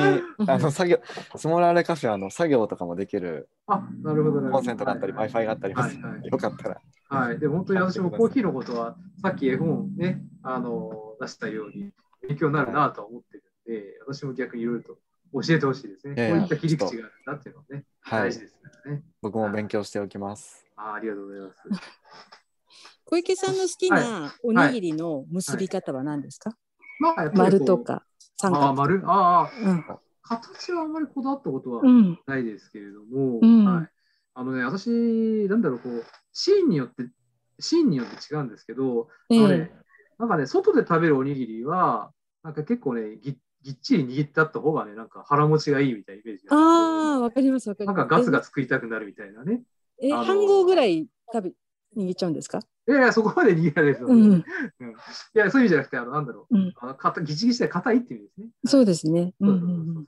Speaker 1: あの作業、スモラーレカフェ、あの作業とかもできる、
Speaker 3: あ、なるほど、なるほど。
Speaker 1: コンセントがあったり、
Speaker 3: はい
Speaker 1: Wi-Fi があったりも
Speaker 3: は
Speaker 1: す
Speaker 3: い
Speaker 1: る、
Speaker 3: はい
Speaker 1: よかったら。
Speaker 3: はい、で本当に私もコーヒーのことは、さっき絵本をね、あの出したように、勉強になるなとは思ってるんで、私も逆にいろいろと教えてほしいですね。
Speaker 1: いやいや
Speaker 3: こういった切り口があるんだっていうのはね、
Speaker 1: は
Speaker 3: 大
Speaker 1: い
Speaker 3: 事、ですからね。
Speaker 1: 僕も勉強しておきます。
Speaker 3: あありがとうございます。
Speaker 2: 小池さんの好きなおにぎりの結び方は何ですか
Speaker 3: まあ、やっぱりこう
Speaker 2: 丸と。か三
Speaker 3: ああ、
Speaker 2: 角。
Speaker 3: 丸。ああ、
Speaker 2: うん
Speaker 3: 形はあんまりこだわったことは
Speaker 2: うん
Speaker 3: ないですけれども、
Speaker 2: うん
Speaker 3: はい、あのね、私、なんだろう、こう、シーンによって、シーンによって違うんですけど、
Speaker 2: え
Speaker 3: あの
Speaker 2: え
Speaker 3: ね、なんかね、外で食べるおにぎりは、なんか結構ね、ぎぎっちり握ってあった方がね、なんか腹持ちがいいみたいなイメージが
Speaker 2: ああ、
Speaker 3: あ
Speaker 2: わかりますわかり
Speaker 3: るなん
Speaker 2: ます。
Speaker 3: かガツガツ食いたくなるみたいなね。
Speaker 2: え、え
Speaker 3: あの
Speaker 2: 半合ぐらい食べ、握っちゃうんですか
Speaker 3: いやいや、そこまで握らないですよ、
Speaker 2: う
Speaker 3: ね
Speaker 2: ん。
Speaker 3: いや、そういう意味じゃなくて、あの、なんだろ
Speaker 2: う
Speaker 3: う。
Speaker 2: ん
Speaker 3: あのかたギチギチで硬いっていう意味ですね。
Speaker 2: そうですね。うん
Speaker 3: そううそうん
Speaker 2: う
Speaker 3: そ
Speaker 2: ん
Speaker 3: うそう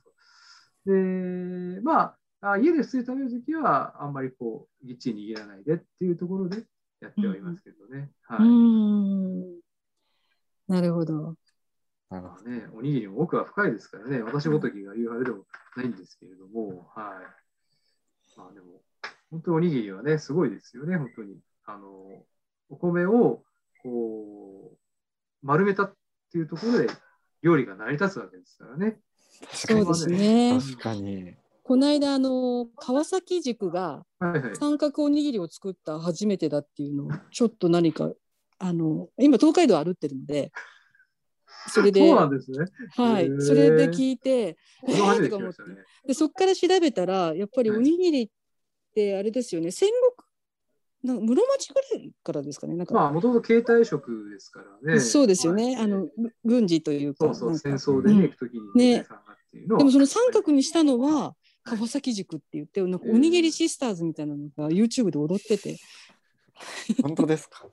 Speaker 3: で、まあ、あ家で普通に食べるときは、あんまりこう、ぎっちり握らないでっていうところでやってはいますけどね。
Speaker 2: う
Speaker 3: はい。
Speaker 2: ん。なるほど。
Speaker 1: なるほど
Speaker 3: ね、おにぎりも奥は深いですからね、私ごときが言われでもないんですけれども、はい。まあでも、本当におにぎりはね、すごいですよね、本当に。あの、お米を、こう、丸めたっていうところで、料理が成り立つわけですからね。
Speaker 1: 確か
Speaker 2: そう
Speaker 1: に
Speaker 2: で。すね。
Speaker 1: 確かに。
Speaker 2: この間、あの、川崎塾が
Speaker 3: はいはい。
Speaker 2: 三角おにぎりを作った初めてだっていうのを、ちょっと何か、あの、今、東海道歩ってるので、それで、
Speaker 3: そう
Speaker 2: は
Speaker 3: なんですね。
Speaker 2: い
Speaker 3: へ、ー
Speaker 2: それで聞いて、え
Speaker 3: これ初
Speaker 2: ー
Speaker 3: め
Speaker 2: と
Speaker 3: て
Speaker 2: か
Speaker 3: 聞き
Speaker 2: 思っ
Speaker 3: ましてた。ね。
Speaker 2: でそこから調べたらやっぱりおにぎりってあれですよね戦国なんか室町ぐらいからですかねなんか、
Speaker 3: まあ、もともと携帯食ですからね。
Speaker 2: そうですよ
Speaker 3: は
Speaker 2: ね、
Speaker 3: い
Speaker 2: あのぐ軍事というか
Speaker 3: そうそう、
Speaker 2: なんか
Speaker 3: 戦争でね、行くときに、
Speaker 2: ね
Speaker 3: さんがっていうのを
Speaker 2: でもその三角にしたのは川崎塾って言ってなんかおにぎりシスターズみたいなのが YouTube で踊ってて、
Speaker 1: 本当ですか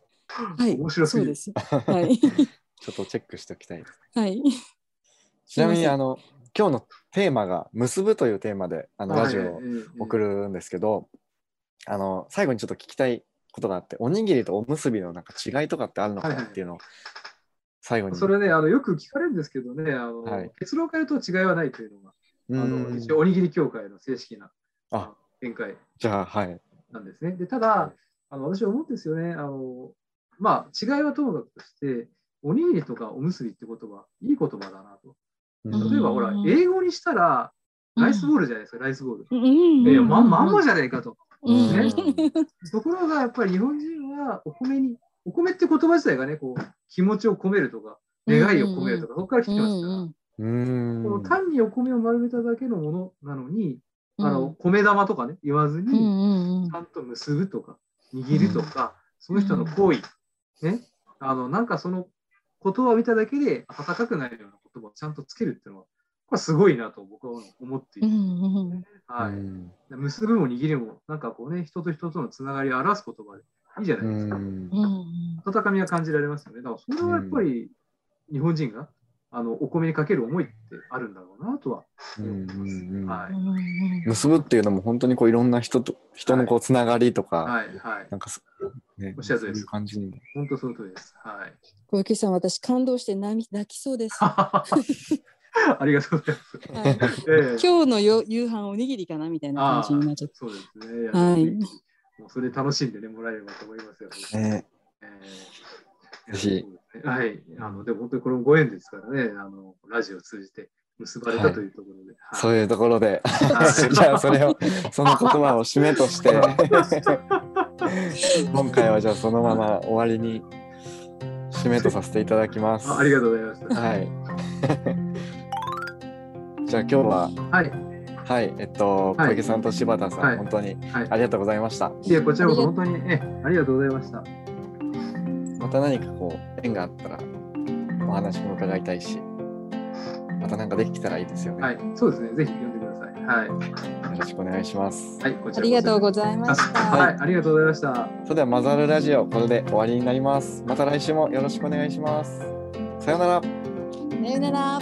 Speaker 2: はい
Speaker 3: 面白す
Speaker 2: そう
Speaker 3: ぎる
Speaker 2: ですはい
Speaker 1: ちょっとチェックしておきたいです。
Speaker 2: はい
Speaker 1: ちなみ
Speaker 2: す
Speaker 1: に、
Speaker 2: いません
Speaker 1: あの、今日のテーマが、結ぶというテーマで、あの、ラジオを送
Speaker 3: る。
Speaker 1: るんですけど、あの、最後にちょっと聞きたいことがあって、おにぎりとおむすびのなんか違いとかってあるのかなっていうのを、最後に。
Speaker 3: それね、あのよく聞かれるんですけどね、あの
Speaker 1: はい
Speaker 3: 結論から言うと違いはないというのが、
Speaker 1: う
Speaker 3: あ
Speaker 1: ん
Speaker 3: の一応、おにぎり協会の正式な
Speaker 1: あ
Speaker 3: 見解
Speaker 1: じゃあ、はい。
Speaker 3: なんですね。でただ、あの私は思うんですよね、あのまあ、違いはともかくとして、おにぎりとかおむすびって言葉、いい言葉だな
Speaker 1: う
Speaker 3: と。
Speaker 1: ん
Speaker 3: 例えば、ほら、英語にしたら、ライスボールじゃないですか、ライスボール。
Speaker 2: うんうん
Speaker 3: えー、ままんまじゃねえかと。
Speaker 2: うん
Speaker 3: ね
Speaker 1: うん
Speaker 3: ところがやっぱり日本人はお米に、お米って言葉自体がね、こう気持ちを込めるとか、願いを込めるとか、そこから来てますから、
Speaker 1: うん
Speaker 3: この単にお米を丸めただけのものなのに、
Speaker 2: うん
Speaker 3: あの米玉とかね、言わず
Speaker 2: うんう
Speaker 3: に、
Speaker 2: んうん
Speaker 3: ちゃんと結ぶとか、握るとか、その人の行為、ね、あのなんかその言葉を見ただけで温かくなるような言葉をちゃんとつけるっていうのは、これはすごいなと僕は思っている。
Speaker 2: うんうん
Speaker 3: は
Speaker 1: う
Speaker 3: い
Speaker 1: ん
Speaker 3: 結ぶも握りも、なんかこうね、人と人とのつながりを表す言葉でいいじゃないですか。
Speaker 2: うん
Speaker 3: 温かみが感じられますよね。だからそれはやっぱり日本人が、あのお米にかける思いってあるんだろうなとは
Speaker 1: う
Speaker 3: 思います。
Speaker 1: ん
Speaker 3: は
Speaker 2: う
Speaker 3: い。
Speaker 2: んうん
Speaker 1: 結ぶっていうのも本当にこういろんな人と人のこうつながりとか、
Speaker 3: はい。はい。
Speaker 1: なんかそ,、ね
Speaker 3: おっしゃる
Speaker 1: そ
Speaker 3: 通
Speaker 1: う
Speaker 3: りです
Speaker 1: いう感じにも。
Speaker 3: 本当その通りです。はい。
Speaker 2: 小池さん私感動して泣き泣きそうです。
Speaker 3: ありがとうございます。
Speaker 2: はい
Speaker 3: ええ
Speaker 2: 今日のよ夕飯おにぎりかなみたいな感じになっちゃっ
Speaker 3: そうですね。
Speaker 2: た。はい。
Speaker 3: もうそれ楽しんでね、もらえればと思いますよ。
Speaker 1: ね
Speaker 3: ええ
Speaker 1: ぜひ。
Speaker 3: はい。あの、でも本当にこれもご縁ですからね、あの、ラジオを通じて結ばれたというところで。
Speaker 1: そ
Speaker 3: は
Speaker 1: う
Speaker 3: い
Speaker 1: いうところで、
Speaker 3: はい
Speaker 1: じゃあそれを、その言葉を締めと して、今回はじゃあそのまま終わりに締めとさせていただきます。
Speaker 3: あありがとうございます。
Speaker 1: はい。 じゃあ今日は、
Speaker 3: はい。
Speaker 1: はい、えっと、
Speaker 3: はい
Speaker 1: 小池さんと柴田さん、
Speaker 3: はい
Speaker 1: 本当に
Speaker 3: はい
Speaker 1: ありがとうございました。
Speaker 3: いや、こちらこそ本当に、ええありがとうございました。
Speaker 1: また何かこう縁があったらお話も伺いたいしまた何かできたらいいですよね、
Speaker 3: はい、そうですね。ぜひ読んでください。はい、
Speaker 1: よろしくお願いします、
Speaker 3: はい、こちらこそ
Speaker 2: ありがとうございまし
Speaker 3: は
Speaker 2: た。
Speaker 3: い、ありがとうございました。
Speaker 1: それではマザールラジオこれで終わりになりますまた来週もよろしくお願いしますさようなら
Speaker 2: さようなら。